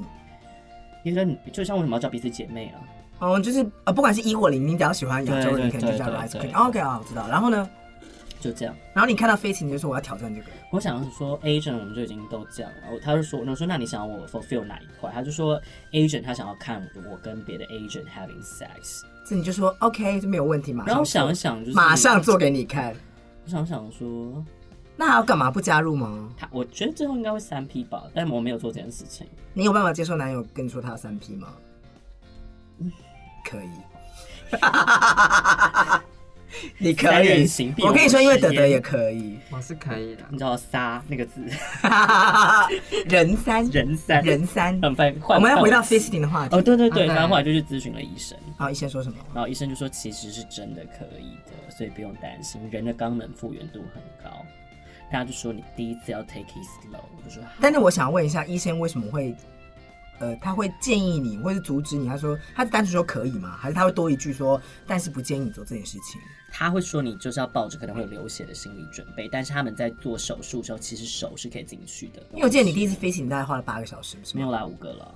Speaker 2: 因为你就像为什么要叫彼此姐妹啊？
Speaker 1: 哦，就是呃，不管是一或零，你只要喜欢亚洲人，
Speaker 2: 对对
Speaker 1: 你可能就叫
Speaker 2: 对
Speaker 1: rice
Speaker 2: 对
Speaker 1: queen。OK 啊，我知道。然后呢？
Speaker 2: 就这样。
Speaker 1: 然后你看到飞禽，你就说我要挑战这个。
Speaker 2: 我想说 agent 我们就已经都这样了，我他就说，我说那你想要我 fulfill 哪一块？他就说 agent 他想要看我跟别的 agent having sex，
Speaker 1: 这你就说 OK，这没有问题嘛。
Speaker 2: 然后想一想，就是
Speaker 1: 马上做给你看，
Speaker 2: 我想想说，
Speaker 1: 那还要干嘛不加入吗？
Speaker 2: 他我觉得最后应该会三 P 吧，但我没有做这件事情。
Speaker 1: 你有办法接受男友跟你说他要三 P 吗？可以，你可
Speaker 2: 三人
Speaker 1: 以
Speaker 2: 行，必有
Speaker 1: 我跟你说，因为
Speaker 2: 我师
Speaker 1: 德
Speaker 2: 焉
Speaker 1: 德也可以， *laughs*
Speaker 3: 我是可以的。
Speaker 2: 你知道“撒”那个字，
Speaker 1: 人三 *laughs*
Speaker 2: 人三
Speaker 1: 人三，
Speaker 2: 很快换。
Speaker 1: 我们要回到 *laughs*
Speaker 2: *laughs* 换
Speaker 1: fisting 的话题
Speaker 2: 哦，。对对对，
Speaker 3: OK
Speaker 2: 然后后来就去咨询了医生，
Speaker 1: 好，医生说什么？
Speaker 2: 然后医生就说其实是真的可以的，所以不用担心，人的肛门复原度很高。他就说你第一次要 take it slow，我就说好
Speaker 1: 但是我想问一下，医生为什么会，呃，他会建议你，或是阻止你？他说他单纯说可以吗？还是他会多一句说，但是不建议你做这件事情？
Speaker 2: 他会说你就是要抱着可能会有流血的心理准备，但是他们在做手术的时候，其实手是可以进去的。
Speaker 1: 因为我记得你第
Speaker 2: 嗯
Speaker 1: 一次飞行大概花了八个小时，是
Speaker 2: 没
Speaker 1: 吗？
Speaker 2: 有啦，五个了，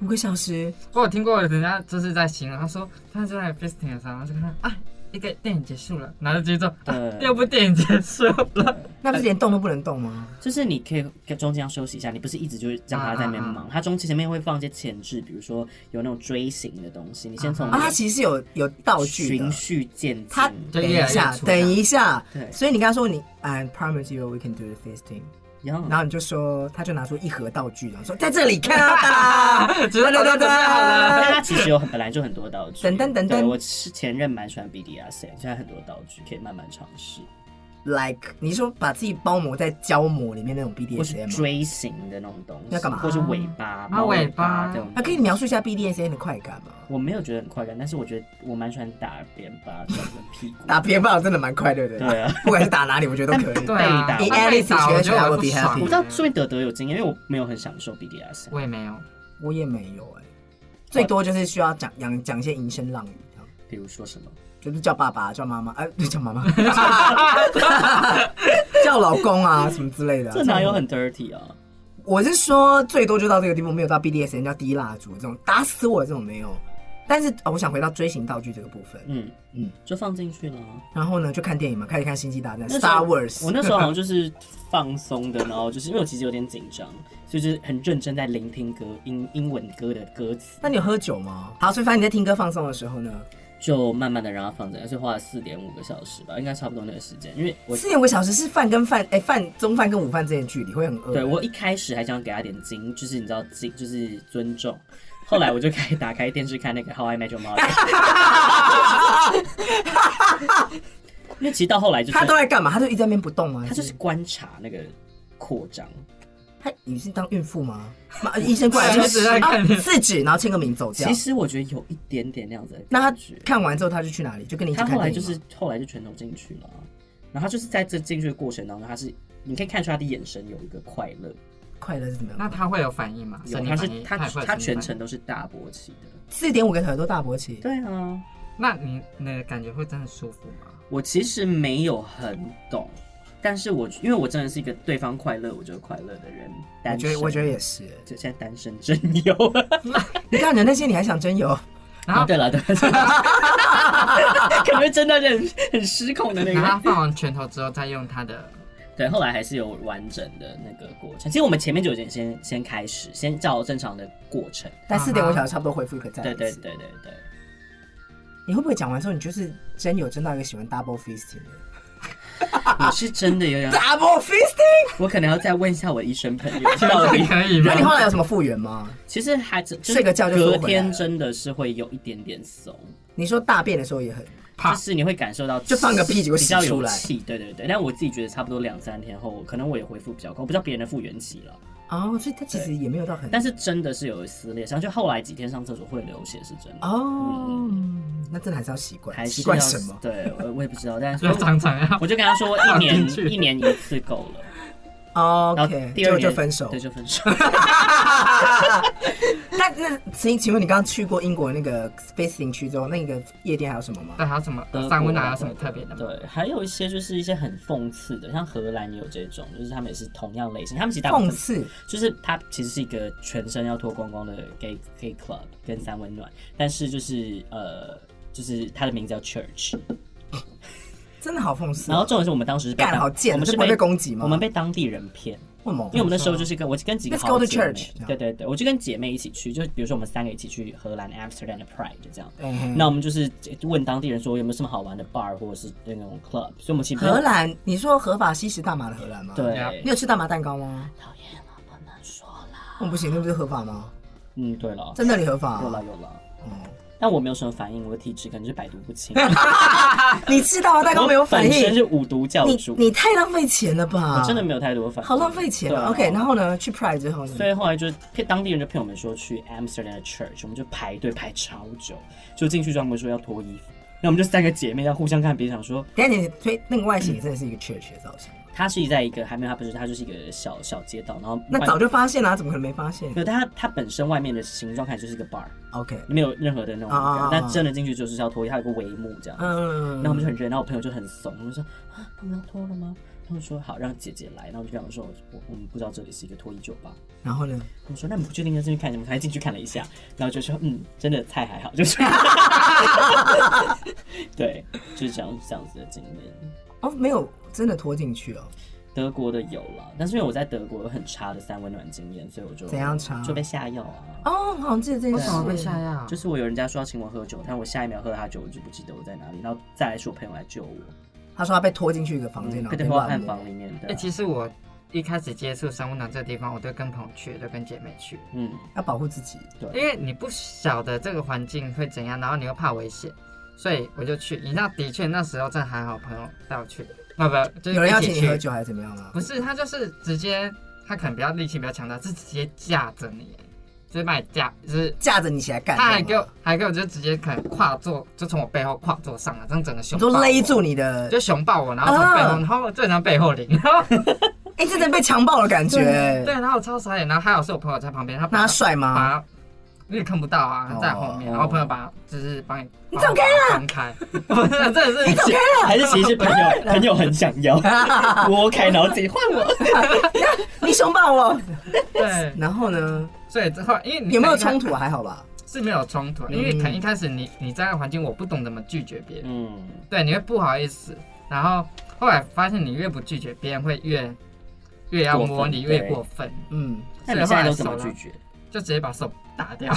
Speaker 1: 五个小时，
Speaker 3: 我有听过人家就是在形容，他说他就在 fisting 的时候，他就看啊，一个电影结束了，然后就继续做，啊，
Speaker 2: 对
Speaker 3: 第二部电影结束了，
Speaker 1: 那不是连动都不能动吗？
Speaker 2: 就是你可以中间要休息一下，你不是一直就是让他在那边
Speaker 3: 啊啊啊
Speaker 2: 忙，他中期前面会放一些前置，比如说有那种锥形的东西，你先从
Speaker 1: 啊，他其实是有有道具的
Speaker 2: 循。序渐进。
Speaker 1: 他
Speaker 3: 就
Speaker 1: 等
Speaker 3: 越
Speaker 1: 一
Speaker 3: 来越
Speaker 1: 下，
Speaker 3: 粗大
Speaker 1: 等一下。
Speaker 2: 对
Speaker 1: 所以你刚刚说你，I promise you we can do the fisting，
Speaker 2: 然后
Speaker 1: 然后你就说，他就拿出一盒道具，然后说在这里看啊，
Speaker 3: 只是
Speaker 1: 哒哒
Speaker 3: 都准备好了。
Speaker 2: 但它其实有很本来就很多道具。
Speaker 1: 等等等等
Speaker 2: 对我是前任蛮喜欢 BDS，现在很多道具可以慢慢尝试，
Speaker 1: like 你说把自己包膜在胶膜里面那种
Speaker 2: 或是
Speaker 1: BDSM 吗？
Speaker 2: 锥形的那种东西，
Speaker 1: 要干嘛啊
Speaker 2: 或是尾巴、猫
Speaker 3: 尾
Speaker 2: 尾巴
Speaker 3: 巴
Speaker 2: 这种。
Speaker 1: 啊，可以描述一下 BDSM 的快感吗？
Speaker 2: 我没有觉得很快感，但是我觉得我蛮喜欢打扁巴、转个屁股。
Speaker 1: 打鞭炮真的蛮快，对不对？
Speaker 2: 对啊，
Speaker 1: 不管是打哪里，我觉得都可以。
Speaker 3: 对
Speaker 2: 被
Speaker 3: 啊
Speaker 2: 打，
Speaker 1: 以
Speaker 3: 他被
Speaker 1: Alice
Speaker 3: 打
Speaker 1: 觉得
Speaker 3: 我觉
Speaker 1: 起来
Speaker 3: 得
Speaker 1: 会
Speaker 3: 我不
Speaker 1: 比他
Speaker 3: 爽
Speaker 1: 低
Speaker 2: 我知道，说明德德有经验，因为我没有很享受 BDS。
Speaker 3: 我也没有，
Speaker 1: 我也没有哎、最多就是需要讲 *laughs* 讲讲一些淫声浪语这样，
Speaker 2: 比如说什么？
Speaker 1: 就是叫爸爸、叫妈妈，哎、对， *laughs* 叫妈妈，叫老公啊什么之类的啊、
Speaker 2: 这哪有很 dirty 啊？
Speaker 1: 我是说，最多就到这个地步，没有到 BDSM 叫滴蜡烛这种，打死我这种没有。但是、哦、我想回到锥形道具这个部分，
Speaker 2: 嗯
Speaker 1: 嗯
Speaker 2: 嗯，就放进去了啊。
Speaker 1: 然后呢就看电影嘛，开始看《星际大战》
Speaker 2: 那时
Speaker 1: Star
Speaker 2: 候
Speaker 1: Wars。
Speaker 2: 我那时候好像就是放松的，然后就是因为我其实有点紧张，所以就是很认真在聆听歌英英文歌的歌词，
Speaker 1: 那你有喝酒吗？好，所以反正你在听歌放松的时候呢，
Speaker 2: 就慢慢的让它放着，所以花了四点五个小时吧，应该差不多那个时间。因为我
Speaker 1: 四点五个小时是饭跟饭，哎、饭中饭跟午饭之间的距离会很饿。
Speaker 2: 对我一开始还想给他点金，就是你知道金就是尊重，后来我就开 *laughs* 打开电视看那个《How I Met Your Mother》，因为其实到后来就是
Speaker 1: 他都在干嘛？他就一直在那边不动吗？啊
Speaker 2: 他就是观察那个扩张，
Speaker 1: 他你是当孕妇吗？
Speaker 2: *laughs*
Speaker 1: 妈医生过来
Speaker 3: 对
Speaker 1: 就
Speaker 3: 他只在看
Speaker 1: 啊自己，然后签个名走掉
Speaker 2: 其。实我觉得有一点点那样子的
Speaker 1: 那
Speaker 2: 感
Speaker 1: 他
Speaker 2: 觉。
Speaker 1: 看完之后，他就去哪里？就跟你一起
Speaker 2: 他
Speaker 1: 看
Speaker 2: 后来
Speaker 1: 电影吗。
Speaker 2: 就是后来就全都进去了啊，然后他就是在这进去的过程当中，他是你可以看出他的眼神有一个快乐，
Speaker 1: 快乐是怎么样？
Speaker 3: 那他会有反应吗？
Speaker 2: 有
Speaker 3: 生理
Speaker 2: 他
Speaker 3: 反
Speaker 2: 是
Speaker 3: 应
Speaker 2: 他
Speaker 3: 也会有
Speaker 2: 他
Speaker 3: 生理
Speaker 2: 全
Speaker 3: 反应
Speaker 2: 程都是大勃起的。
Speaker 1: 四点五个小时都大勃起，
Speaker 2: 对啊，
Speaker 3: 那你你的感觉会真的舒服吗？
Speaker 2: 我其实没有很懂，但是我因为我真的是一个对方快乐我就快乐的人，
Speaker 1: 我
Speaker 2: 单
Speaker 1: 觉
Speaker 2: 身
Speaker 1: 得我觉得也是。
Speaker 2: 就现在单身真有。哦
Speaker 1: 你看人那些，你还想真有？
Speaker 2: *laughs*
Speaker 3: 然
Speaker 1: 啊
Speaker 3: 后
Speaker 2: 对了对了， *laughs* 可能真的很很失控的那
Speaker 3: 然后
Speaker 1: 啊
Speaker 3: 他
Speaker 2: 个。
Speaker 3: 放完拳头之后，再用他的
Speaker 2: 对，后来还是有完整的那个过程。其实我们前面就已经先先开始，先照正常的过程。
Speaker 1: 但四点五小时差不多恢复一个站。
Speaker 2: 啊对对对对对，
Speaker 1: 你会不会讲完之后，你就是真有真到一个喜欢 double fisting
Speaker 2: *laughs*
Speaker 1: 的
Speaker 2: 我是真的有点，
Speaker 1: double fisting？
Speaker 2: 我可能要再问一下我医生朋
Speaker 1: *laughs*
Speaker 2: 友到底。
Speaker 3: 可以吗
Speaker 1: 那你？后来有什么复原吗？
Speaker 2: 其实还真就是
Speaker 1: 睡个觉就
Speaker 2: 隔
Speaker 1: 缩回来
Speaker 2: 天
Speaker 1: 了
Speaker 2: 真的是会有一点点怂，
Speaker 1: 你说大便的时候也很，
Speaker 3: 怕
Speaker 2: 就是你会感受到
Speaker 1: 就放个屁结果
Speaker 2: 比较
Speaker 1: 洗出
Speaker 2: 有
Speaker 1: 来
Speaker 2: 气，对对对。但我自己觉得差不多两三天后，可能我也恢复比较快，我不知道别人的复原期了。
Speaker 1: 哦，所以他其实也没有到很，
Speaker 2: 但是真的是有撕裂伤，就后来几天上厕所会流血是真的，
Speaker 1: 哦，那真的还是要习惯，
Speaker 2: 还是
Speaker 1: 习惯
Speaker 2: 要
Speaker 1: 什么？啊
Speaker 2: 对，我我也不知道，
Speaker 1: *laughs*
Speaker 2: 但是
Speaker 3: 就常常要
Speaker 2: 我就跟他说一
Speaker 3: 进
Speaker 2: 年
Speaker 3: 去
Speaker 2: 一年一次够了，然后
Speaker 1: 哦 OK，
Speaker 2: 第二
Speaker 1: 就
Speaker 2: 年
Speaker 1: 就分手
Speaker 2: 对，。就分
Speaker 1: *laughs*
Speaker 2: 手。
Speaker 1: 那那请请问你刚刚去过英国那个 Facing 区之后，那个夜店还有什么吗？
Speaker 3: 对，还有什么
Speaker 2: 德国
Speaker 3: 三温暖有什么特别的吗？
Speaker 2: 对，还有一些就是一些很讽刺的，像荷兰也有这种，就是他们也是同样类型，他们其实大部
Speaker 1: 讽
Speaker 2: 分
Speaker 1: 刺，
Speaker 2: 就是它其实是一个全身要脱光光的 gay gay club 跟三温暖，但是就是呃。就是它的名字叫 Church，
Speaker 1: 真的好讽刺
Speaker 2: 然。后重点是我们当时是被
Speaker 1: 干
Speaker 2: 当
Speaker 1: 好贱，啊
Speaker 2: 我们
Speaker 1: 这
Speaker 2: 是
Speaker 1: 不会
Speaker 2: 被
Speaker 1: 被攻击吗？
Speaker 2: 我们被当地人骗，
Speaker 1: 为什么
Speaker 2: 因？为我们那时候就是跟我跟几个
Speaker 1: Let's
Speaker 2: 好
Speaker 1: go to
Speaker 2: 姐妹
Speaker 1: church，这样
Speaker 2: 对对对，我就跟姐妹一起去，就比如说我们三个一起去荷兰 Amsterdam 的 Pride 这样。
Speaker 1: 嗯哼
Speaker 2: 那我们就是问当地人说有没有什么好玩的 bar 或者是那种 club，所以我们其实没有
Speaker 1: 荷兰，你说合法吸食大麻的荷兰吗？，
Speaker 2: 对
Speaker 1: 你有吃大麻蛋糕吗？
Speaker 2: 讨厌了，不能说啦。
Speaker 1: 我不行，那不是合法
Speaker 2: *laughs*
Speaker 1: 吗？
Speaker 2: 嗯，对了，
Speaker 1: 在那里合法、
Speaker 2: 有了有了，
Speaker 1: 啊嗯
Speaker 2: 但我没有什么反应，我的体质可能是百毒
Speaker 1: *laughs*
Speaker 2: 不侵，
Speaker 1: 你吃大麻蛋糕没有反
Speaker 2: 我本身
Speaker 1: 应？
Speaker 2: 是五毒教
Speaker 1: 你
Speaker 2: 主，
Speaker 1: 你太浪费钱了吧！
Speaker 2: 我真的没有太多反应，
Speaker 1: 好浪费钱
Speaker 2: 对
Speaker 1: 啊
Speaker 2: 啊
Speaker 1: OK，然后呢？去 Pride 之后呢？
Speaker 2: 所以后来就骗当地人就骗我们说去 Amsterdam 的 church，我们就排队排超久，就进去专门说要脱衣服，那我们就三个姐妹要互相看彼此，想说
Speaker 1: 等一下你所以那个外形也真的是一个 church 的造型，
Speaker 2: 她是在一个还没有她不是她就是一个小小街道，然后
Speaker 1: 嗯那
Speaker 2: 外
Speaker 1: 早就发现了、怎么可能没发现
Speaker 2: 没有但她她本身外面的形状看起来就是一个 bar，
Speaker 1: ？OK，
Speaker 2: 没有任何的那种
Speaker 1: 啊啊啊啊
Speaker 2: 那真的进去就是要脱衣，它有个帷幕这样，
Speaker 1: 嗯，
Speaker 2: 然后我们就很热，然后我朋友就很怂，我就说啊他们要脱了吗？他们说好让姐姐来，然后我就跟他们说我我们不知道这里是一个脱衣酒吧，
Speaker 1: 然后呢？
Speaker 2: 我说那你不确定要进去看什么？才进去看了一下，然后就说嗯，真的菜还好，就是， *laughs* 对，就是这样这样子的经验。
Speaker 1: 哦，没有真的拖进去哦。
Speaker 2: 德国的有啦，但是因为我在德国有很差的三温暖经验，所以我就
Speaker 1: 怎样差
Speaker 2: 就被下药啊。
Speaker 1: 哦，好像记得这件
Speaker 3: 为
Speaker 1: 事
Speaker 3: 什。么被下药？
Speaker 2: 就是我有人家说要请我喝酒，但我下一秒喝他酒，我就不记得我在哪里。然后再来是我朋友来救我，
Speaker 1: 他说他被拖进去一个房间，
Speaker 2: 嗯
Speaker 1: 然后
Speaker 2: 被
Speaker 1: 被
Speaker 2: 拖到
Speaker 1: 乱
Speaker 2: 暗
Speaker 1: 摸
Speaker 2: 房。里面
Speaker 3: 哎、
Speaker 2: 的，
Speaker 3: 其实我一开始接触三温暖这个地方，我都跟朋友去，都跟姐妹去，
Speaker 2: 嗯，
Speaker 1: 要保护自己。
Speaker 3: 因为你不晓得这个环境会怎样，然后你又怕危险，所以我就去。你那的确那时候真的还好，朋友带我去，啊不，就是
Speaker 1: 有人要
Speaker 3: 一起
Speaker 1: 请你
Speaker 3: 去
Speaker 1: 喝，酒还是怎么样吗？
Speaker 3: 不是他就是直接，他可能比较力气比较强大，是直接架着你，就是把你架，就是
Speaker 1: 架着你起来干。
Speaker 3: 他还
Speaker 1: 这
Speaker 3: 给
Speaker 1: 样吗
Speaker 3: 我还给我就直接可能跨坐，就从我背后跨坐上来，这样整个熊
Speaker 1: 你都
Speaker 3: 抱我
Speaker 1: 勒住你的，
Speaker 3: 就熊抱我，然后从背后，
Speaker 1: 啊
Speaker 3: 然后最常背后领，然后
Speaker 1: 哎，真的被强暴的感觉。
Speaker 3: 对，然后我超傻眼，然后还好是我朋友在旁边，他把
Speaker 1: 那他帅吗？
Speaker 3: 把你也看不到啊，在后面，
Speaker 2: 啊哦
Speaker 3: 然后朋友把就是帮你，
Speaker 1: 你走开
Speaker 3: 啦，分开，我真的是你 *laughs* 走开，
Speaker 1: *laughs*
Speaker 2: 还是其实是朋友朋友很想要我开，然后自己换我。
Speaker 1: 你熊抱
Speaker 3: *laughs*
Speaker 1: 我。
Speaker 3: 对，
Speaker 1: 然后呢？
Speaker 3: 所以之后因为你
Speaker 1: 有没有
Speaker 3: 可
Speaker 1: 冲
Speaker 3: 能一开
Speaker 1: 突啊？还好吧。
Speaker 3: 是没有冲
Speaker 2: 嗯
Speaker 3: 突，因为可能一开始你你在那个环境，我不懂怎么拒绝别人，
Speaker 2: 嗯，
Speaker 3: 对，你会不好意思，然后后来发现你越不拒绝，别人会越越要
Speaker 2: 过
Speaker 3: 摸
Speaker 2: 分
Speaker 3: 你，越
Speaker 2: 对
Speaker 3: 过分，
Speaker 1: 嗯，
Speaker 2: 那你现在都怎么拒绝？
Speaker 3: 就直接把手打掉，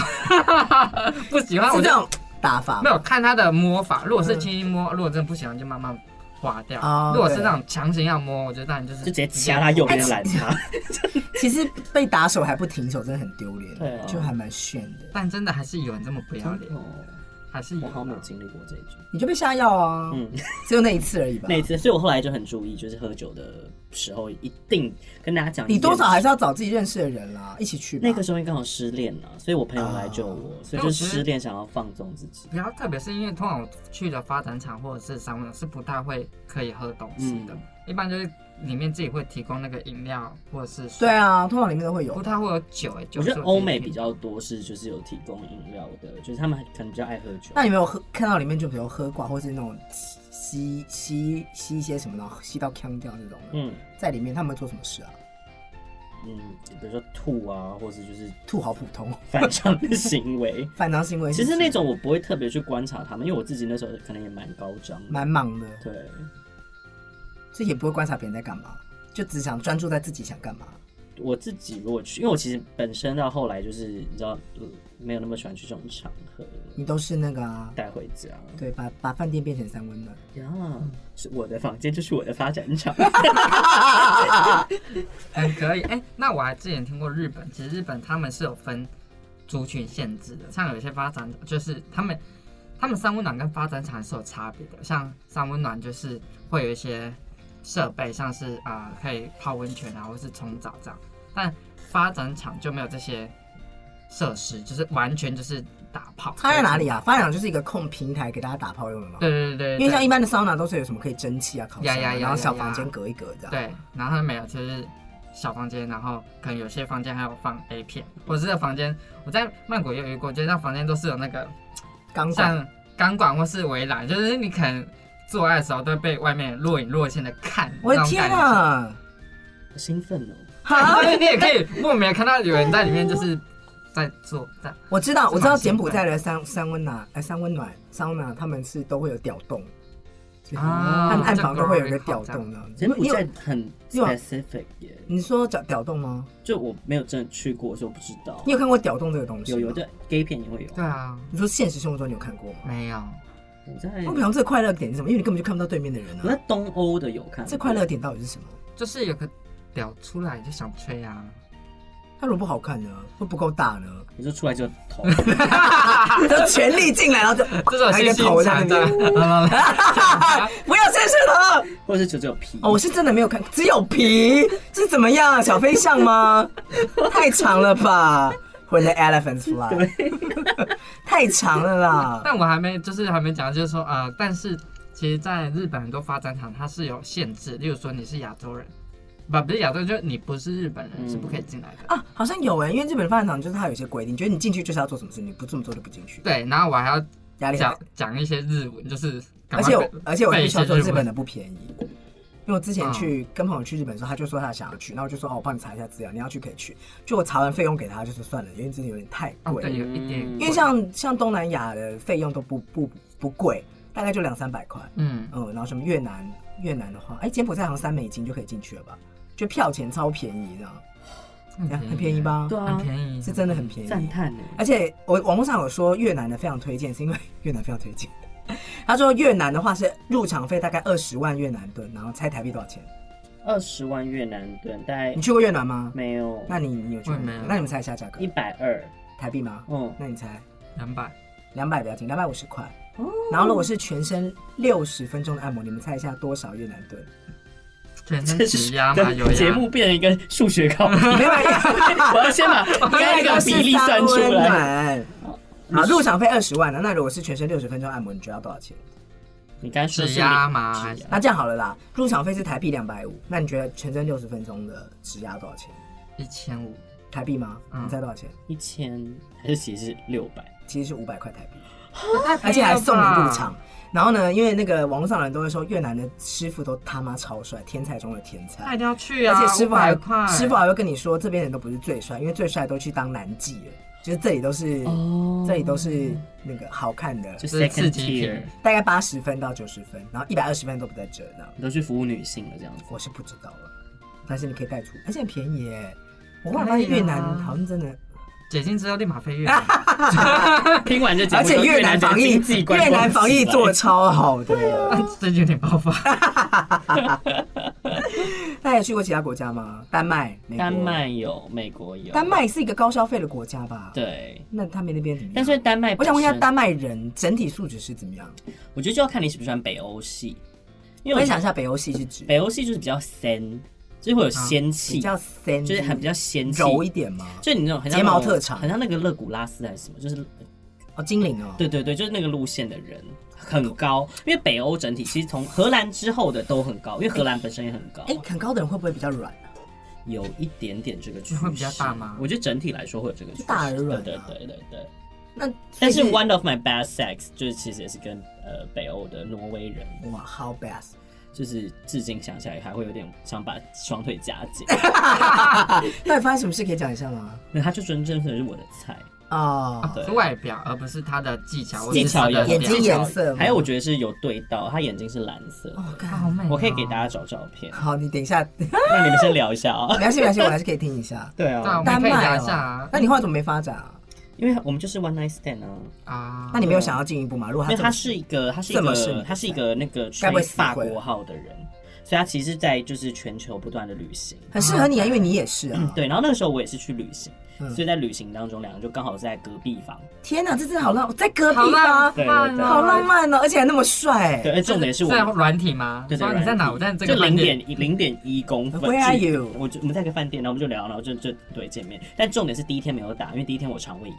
Speaker 3: *laughs* 不喜欢我
Speaker 1: 是
Speaker 3: 就
Speaker 1: 这种打法
Speaker 3: 没。有看他的摸法，如果是轻轻摸，如果真的不喜欢就慢慢划掉。
Speaker 1: 哦
Speaker 3: 如果是那种强行要摸，我觉得当然就是
Speaker 2: 就直接掐他右边的懒趴。
Speaker 1: 其实被打手还不停手，真的很丢脸，
Speaker 2: 对啊
Speaker 1: 就还蛮炫的。
Speaker 3: 但真的还是有人这么不要脸，
Speaker 2: 哦，
Speaker 3: 还是有
Speaker 2: 我
Speaker 3: 啊。
Speaker 2: 好像没有经历过这一种。
Speaker 1: 你就被下药啊，
Speaker 2: 嗯，
Speaker 1: 只有那一次而已吧
Speaker 2: 那。一次，所以我后来就很注意，就是喝酒的时候一定跟大家讲一件事。
Speaker 1: 你多少还是要找自己认识的人啦，一起去吧。
Speaker 2: 那个时候因为刚好失恋了，所以我朋友来救
Speaker 1: 啊
Speaker 2: 我，所以就失恋想要放纵自己。
Speaker 3: 比较特别是因为通常我去的发展场或者是商务是不太会可以喝东西的，
Speaker 2: 嗯
Speaker 3: 一般就是里面自己会提供那个饮料或者是水
Speaker 1: 对，啊，通常里面都会有
Speaker 3: 不。太会有酒哎、
Speaker 2: 我
Speaker 3: 就是
Speaker 2: 觉得欧美比较多是就是有提供饮料的，就是他们可能比较爱喝酒。
Speaker 1: 那你有没有喝看到里面就比如喝挂，或是那种吸吸吸一些什么，然后吸到腔掉那种的，
Speaker 2: 嗯
Speaker 1: 在里面他们会做什么事啊？
Speaker 2: 嗯，比如说吐啊，或是就是
Speaker 1: 吐好普通， *laughs*
Speaker 2: 反常的行为。
Speaker 1: 反常行为是
Speaker 2: 其
Speaker 1: 不是。
Speaker 2: 实那种我不会特别去观察他们，因为我自己那时候可能也蛮高涨的。
Speaker 1: 蛮忙的，
Speaker 2: 对，
Speaker 1: 所以也不会观察别人在干嘛，就只想专注在自己想干嘛。
Speaker 2: 我自己如果去，因为我其实本身到后来就是你知道，呃没有那么喜欢去这种场合，
Speaker 1: 你都是那个啊，
Speaker 2: 带回家。
Speaker 1: 对，把把饭店变成三温暖。
Speaker 2: 呀，是我的房间就是我的发展
Speaker 1: *laughs*
Speaker 2: 场。
Speaker 3: 很可以哎、那我还之前听过日本，其实日本他们是有分族群限制的，像有一些发展就是他们他们三温暖跟发展场是有差别的，像三温暖就是会有一些设备，像是啊、呃可以泡温泉啊，或是冲澡这样，但发展场就没有这些设施，就是完全就是打炮。
Speaker 1: 差在哪里？啊？发展就是一个空平台给大家打炮用的嘛。
Speaker 3: 对对对对，
Speaker 1: 因为像一般的桑拿都是有什么可以蒸汽啊、烤箱
Speaker 3: 呀呀
Speaker 1: 啊，
Speaker 3: 呀
Speaker 1: 然后
Speaker 3: 呀
Speaker 1: 小
Speaker 3: 呀
Speaker 1: 房间隔一隔这样。
Speaker 3: 对，然后他没有，就是小房间，然后可能有些房间还有放 A 片，或者是这个房间，我在曼谷也有遇过，就是那房间都是有那个
Speaker 1: 钢管
Speaker 3: 像钢管或是围栏，就是你可能做爱的时候都会被外面若隐若现的看，
Speaker 1: 我的
Speaker 3: 那种
Speaker 1: 天
Speaker 3: 感觉！
Speaker 1: 啊！
Speaker 2: 好兴奋哦！
Speaker 1: 哈，
Speaker 3: *laughs* 对你也可以莫名看到有人在里面，就是在做在
Speaker 1: 我知道，
Speaker 3: 是
Speaker 1: 我知道
Speaker 3: 蛮兴
Speaker 1: 柬
Speaker 3: 奋
Speaker 1: 埔寨的三三温暖，哎，三温暖桑拿他们是都会有屌洞，去，
Speaker 3: 啊
Speaker 1: 他们暗房都会有一个
Speaker 3: 这个
Speaker 1: 调
Speaker 3: 我也好
Speaker 1: 动的。
Speaker 2: 柬埔
Speaker 1: 你有
Speaker 2: 寨很
Speaker 1: 有啊
Speaker 2: specific 耶，
Speaker 1: 你说调调动吗？
Speaker 2: 就我没有真的去过，所以我不知道
Speaker 1: 你。有看过调动这个东西吗？
Speaker 2: 有有，对 gay 片也会有。
Speaker 3: 对啊，
Speaker 1: 你说现实生活中你有看过吗？
Speaker 3: 没有，
Speaker 2: 我在
Speaker 1: 我不想这个快乐点是什么？因为你根本就看不到对面的人
Speaker 2: 我
Speaker 1: 啊
Speaker 2: 在。东欧的有看。
Speaker 1: 这快乐点到底是什么？
Speaker 3: 就是有个屌出来就想吹啊，
Speaker 1: 它如果不好看呢？会不够大呢？
Speaker 2: 你说出来就
Speaker 1: *laughs*
Speaker 2: 头，
Speaker 1: 就全力进来，然后就
Speaker 3: *laughs* 这种
Speaker 1: 还有一
Speaker 3: 信
Speaker 1: 个头
Speaker 3: 心
Speaker 1: 在那
Speaker 3: 强
Speaker 1: 边
Speaker 3: 的，，
Speaker 1: *laughs*
Speaker 3: *laughs*
Speaker 1: 不要伸舌头。
Speaker 2: 或者是就只有皮。
Speaker 1: 哦，我是真的没有看，只有皮，这是怎么样啊？小飞象
Speaker 3: *laughs*
Speaker 1: 吗？太长了吧？When the elephants fly，太长了啦。
Speaker 3: 但我还没，就是还没讲，就是说，呃，但是其实，在日本很多发展场它是有限制，例如说你是亚洲人，不不是亚洲人，就是你不是日本人、
Speaker 2: 嗯
Speaker 3: 是不可以进来的。
Speaker 1: 啊，好像有哎、因为日本发展厂就是它有一些规定，觉得你进去就是要做什么事，你不这么做就不进去，
Speaker 3: 对，然后我还要
Speaker 1: 压力很
Speaker 3: 讲
Speaker 1: 大。
Speaker 3: 讲一些日文，就是赶
Speaker 1: 而
Speaker 3: 快
Speaker 1: 且我
Speaker 3: 背
Speaker 1: 而且我
Speaker 3: 背
Speaker 1: 必
Speaker 3: 一
Speaker 1: 须
Speaker 3: 些嗯
Speaker 1: 要说，
Speaker 3: 日
Speaker 1: 日本
Speaker 3: 文。
Speaker 1: 的不便宜。因为我之前去跟朋友去日本的时候，他就说他想要去，然后我就说哦，我帮你查一下资料，你要去可以去。就我查完费用给他，就说算了，因为真的有点太
Speaker 3: 哦，
Speaker 1: 贵。
Speaker 3: 对，有一点，
Speaker 2: 嗯
Speaker 1: 因为像像东南亚的费用都不不不贵，大概就两三百块。
Speaker 3: 嗯，
Speaker 1: 嗯，然后什么越南，越南的话，哎，柬埔寨好像三美金就可以进去了吧？就票钱超便宜呢，
Speaker 3: 很
Speaker 1: 怎样哎很便宜？吧？
Speaker 2: 对
Speaker 3: 很
Speaker 2: 啊，
Speaker 3: 便宜，
Speaker 1: 是真的很便
Speaker 2: 赞
Speaker 1: 宜。
Speaker 2: 叹呢。
Speaker 1: 而且我网络上有说越南的非常推荐，是因为越南非常推荐。他说越南的话是入场费大概二十万越南盾，然后猜台币多少钱？
Speaker 2: 二十万越南盾，大概
Speaker 1: 你去过越南吗？
Speaker 2: 没有
Speaker 1: 那你你有去过
Speaker 3: 我
Speaker 1: 吗
Speaker 3: 也没有？
Speaker 1: 那你们猜一下价格
Speaker 2: 一，百二，
Speaker 1: 台币吗？
Speaker 2: 嗯，
Speaker 1: 那你猜
Speaker 3: 两百，
Speaker 1: 两百比较近，两百五十块。然后如果是全身六十分钟的按摩，你们猜一下多少越南盾？
Speaker 3: 全身
Speaker 2: 这
Speaker 3: 指
Speaker 2: 是
Speaker 3: 压
Speaker 1: *laughs*
Speaker 3: 嘛，有压
Speaker 2: 节目变成一个数学考题，
Speaker 1: 没有没有。
Speaker 2: 我要先把刚刚那个比例算出来。
Speaker 1: 来。好，入场费二十万了，那如果是全身六十分钟按摩，你觉得要多少钱？
Speaker 2: 你刚刚说
Speaker 3: 指
Speaker 2: 是
Speaker 3: 压嘛，
Speaker 2: 指压
Speaker 1: 那这样好了啦，入场费是台币两百五，那你觉得全身六十分钟的指压多少钱？
Speaker 3: 一千五，
Speaker 1: 台币吗？
Speaker 3: 嗯
Speaker 1: 你猜多少钱？
Speaker 2: 一千，还是其实是六百？
Speaker 1: 其实是五百块台币，啊而
Speaker 3: 而
Speaker 1: 且还送你入场。然后呢，因为那个网络上的人都会说越南的师傅都他妈超帅，天才中的天
Speaker 3: 那
Speaker 1: 才
Speaker 3: 一，定要去
Speaker 1: 而
Speaker 3: 啊！
Speaker 1: 且师傅还
Speaker 3: 500块
Speaker 1: 师傅还会跟你说，这边人都不是最帅，因为最帅都去当男妓了，就是这里都是、
Speaker 2: 哦
Speaker 1: 这里都是那个好看的，
Speaker 2: 就
Speaker 3: 就是刺
Speaker 2: second
Speaker 3: 激品
Speaker 2: tier，
Speaker 1: 大概八十分到九十分，然后一百二十分都不在这呢。
Speaker 2: 你都去服务女性了这样
Speaker 1: *laughs*
Speaker 2: 子。
Speaker 1: 我是不知道了，但是你可以带出，而且很便宜耶。我后来发现
Speaker 3: 可以啊
Speaker 1: 越南好像真的，
Speaker 3: 解禁之后立马飞越南， *laughs*
Speaker 2: 听完这节目，
Speaker 1: 而且
Speaker 2: 越
Speaker 1: 南
Speaker 2: 的
Speaker 1: 防疫，
Speaker 2: 经济观光
Speaker 1: 越南防疫
Speaker 2: 起来啊
Speaker 1: 做得超好的。
Speaker 3: 最近有点爆发。
Speaker 1: *laughs* 大家有去过其他国家吗？丹麦、美国
Speaker 2: 丹，麦有，美国有，
Speaker 1: 丹麦是一个高消费的国家吧？。
Speaker 2: 对。
Speaker 1: 那他们那边怎么样？
Speaker 2: 但是丹麦，
Speaker 1: 我想问一下，丹，麦人整体素质是怎么样？
Speaker 2: 我觉得就要看你喜不喜欢北欧系，因为我
Speaker 1: 分
Speaker 2: 觉
Speaker 1: 享一
Speaker 2: 得
Speaker 1: 下北欧系是指
Speaker 2: 北欧系就是比较森，就是会有仙
Speaker 1: 啊
Speaker 2: 气，
Speaker 1: 比较森，
Speaker 2: 就是很比较仙气，
Speaker 1: 柔一点吗？
Speaker 2: 就你那种很像
Speaker 1: 睫毛
Speaker 2: 那种
Speaker 1: 特长
Speaker 2: 很像那个勒古拉斯还是什么，就是
Speaker 1: 哦，精灵哦，
Speaker 2: 对对对，就是那个路线的人很高，因为北欧整体其实从荷兰之后的都很高，因为荷兰本身也很高，
Speaker 1: 哎，很高的人会不会比较软啊？
Speaker 2: 有一点点这个趋势。
Speaker 3: 会比较大吗
Speaker 2: 我觉得整体来说会有这个趋势，
Speaker 1: 大而软
Speaker 2: 对
Speaker 1: 啊
Speaker 2: 对对对对。
Speaker 1: 那所
Speaker 2: 但
Speaker 1: 以
Speaker 2: 是 one of my bad sex 就是其实也是跟呃北欧的挪威人，
Speaker 1: 哇，How best？
Speaker 2: 就是至今想起来还会有点想把双腿夹
Speaker 1: *laughs*
Speaker 2: 紧，
Speaker 1: 到底发生什么事可以讲一下吗？
Speaker 2: 那他就真正的是我的菜，
Speaker 1: 哦，
Speaker 2: 对
Speaker 3: 是外表，而不是他的技
Speaker 1: 啊
Speaker 3: 巧或者
Speaker 2: 技
Speaker 3: 是他
Speaker 2: 巧
Speaker 3: 的
Speaker 2: 也
Speaker 3: 表
Speaker 2: 很
Speaker 3: 情。
Speaker 1: 眼睛颜色吗
Speaker 2: 还有我觉得是有对到，他眼睛是蓝色的，
Speaker 1: 哦，
Speaker 3: 啊好
Speaker 1: 看，
Speaker 3: 美哦、
Speaker 2: 我可以给大家找照片，
Speaker 1: 好，你等一下， *laughs* 没
Speaker 2: 那你们先聊一下啊。。
Speaker 1: 关系没关系，我还是可以听一下
Speaker 2: 对
Speaker 3: 对啊，我
Speaker 2: 啊，
Speaker 3: 们可以聊一
Speaker 1: 哦
Speaker 3: 下啊
Speaker 1: 那你后来怎么没发展啊？
Speaker 2: 因为我们就是 one night stand 啊，
Speaker 3: 啊。
Speaker 1: 那你没有想要进一步吗？如果
Speaker 2: 因
Speaker 1: 他这
Speaker 2: 为他
Speaker 1: 啊么
Speaker 2: 是一个，他是一
Speaker 1: 这么是你
Speaker 2: 个
Speaker 1: 的，
Speaker 2: 他是一个那个
Speaker 1: 该
Speaker 2: 吹
Speaker 1: 不会死
Speaker 2: 法
Speaker 1: 会了
Speaker 2: 国号的人，所以他其实在就是全球不断的旅行。
Speaker 1: 很适合你啊，因为你也是啊。
Speaker 2: 嗯对，然后那个时候我也是去旅行，
Speaker 1: 嗯
Speaker 2: 所以在旅行当中，两个人就刚好在隔壁房。
Speaker 1: 天哪，这真的好浪，在隔壁
Speaker 3: 好
Speaker 1: 吗
Speaker 3: 浪？
Speaker 2: 对
Speaker 3: 漫
Speaker 2: 对
Speaker 3: 哦，
Speaker 1: 好浪漫哦，而且还那么帅
Speaker 2: 啊对，。而重点是我
Speaker 3: 在
Speaker 2: 们。
Speaker 3: 软体吗？
Speaker 2: 对对，
Speaker 3: 说
Speaker 2: 软
Speaker 3: 你在哪？
Speaker 2: 体
Speaker 3: 我在这
Speaker 2: 就
Speaker 3: 个
Speaker 2: 零
Speaker 3: 饭
Speaker 2: 点
Speaker 3: 店。
Speaker 2: 一零点一公分。
Speaker 1: Where are
Speaker 2: 距离
Speaker 1: you？
Speaker 2: 我就我们在一个饭店，然后我们就聊，然后就就对见面。但重点是第一天没有打，因为第一天我肠胃炎，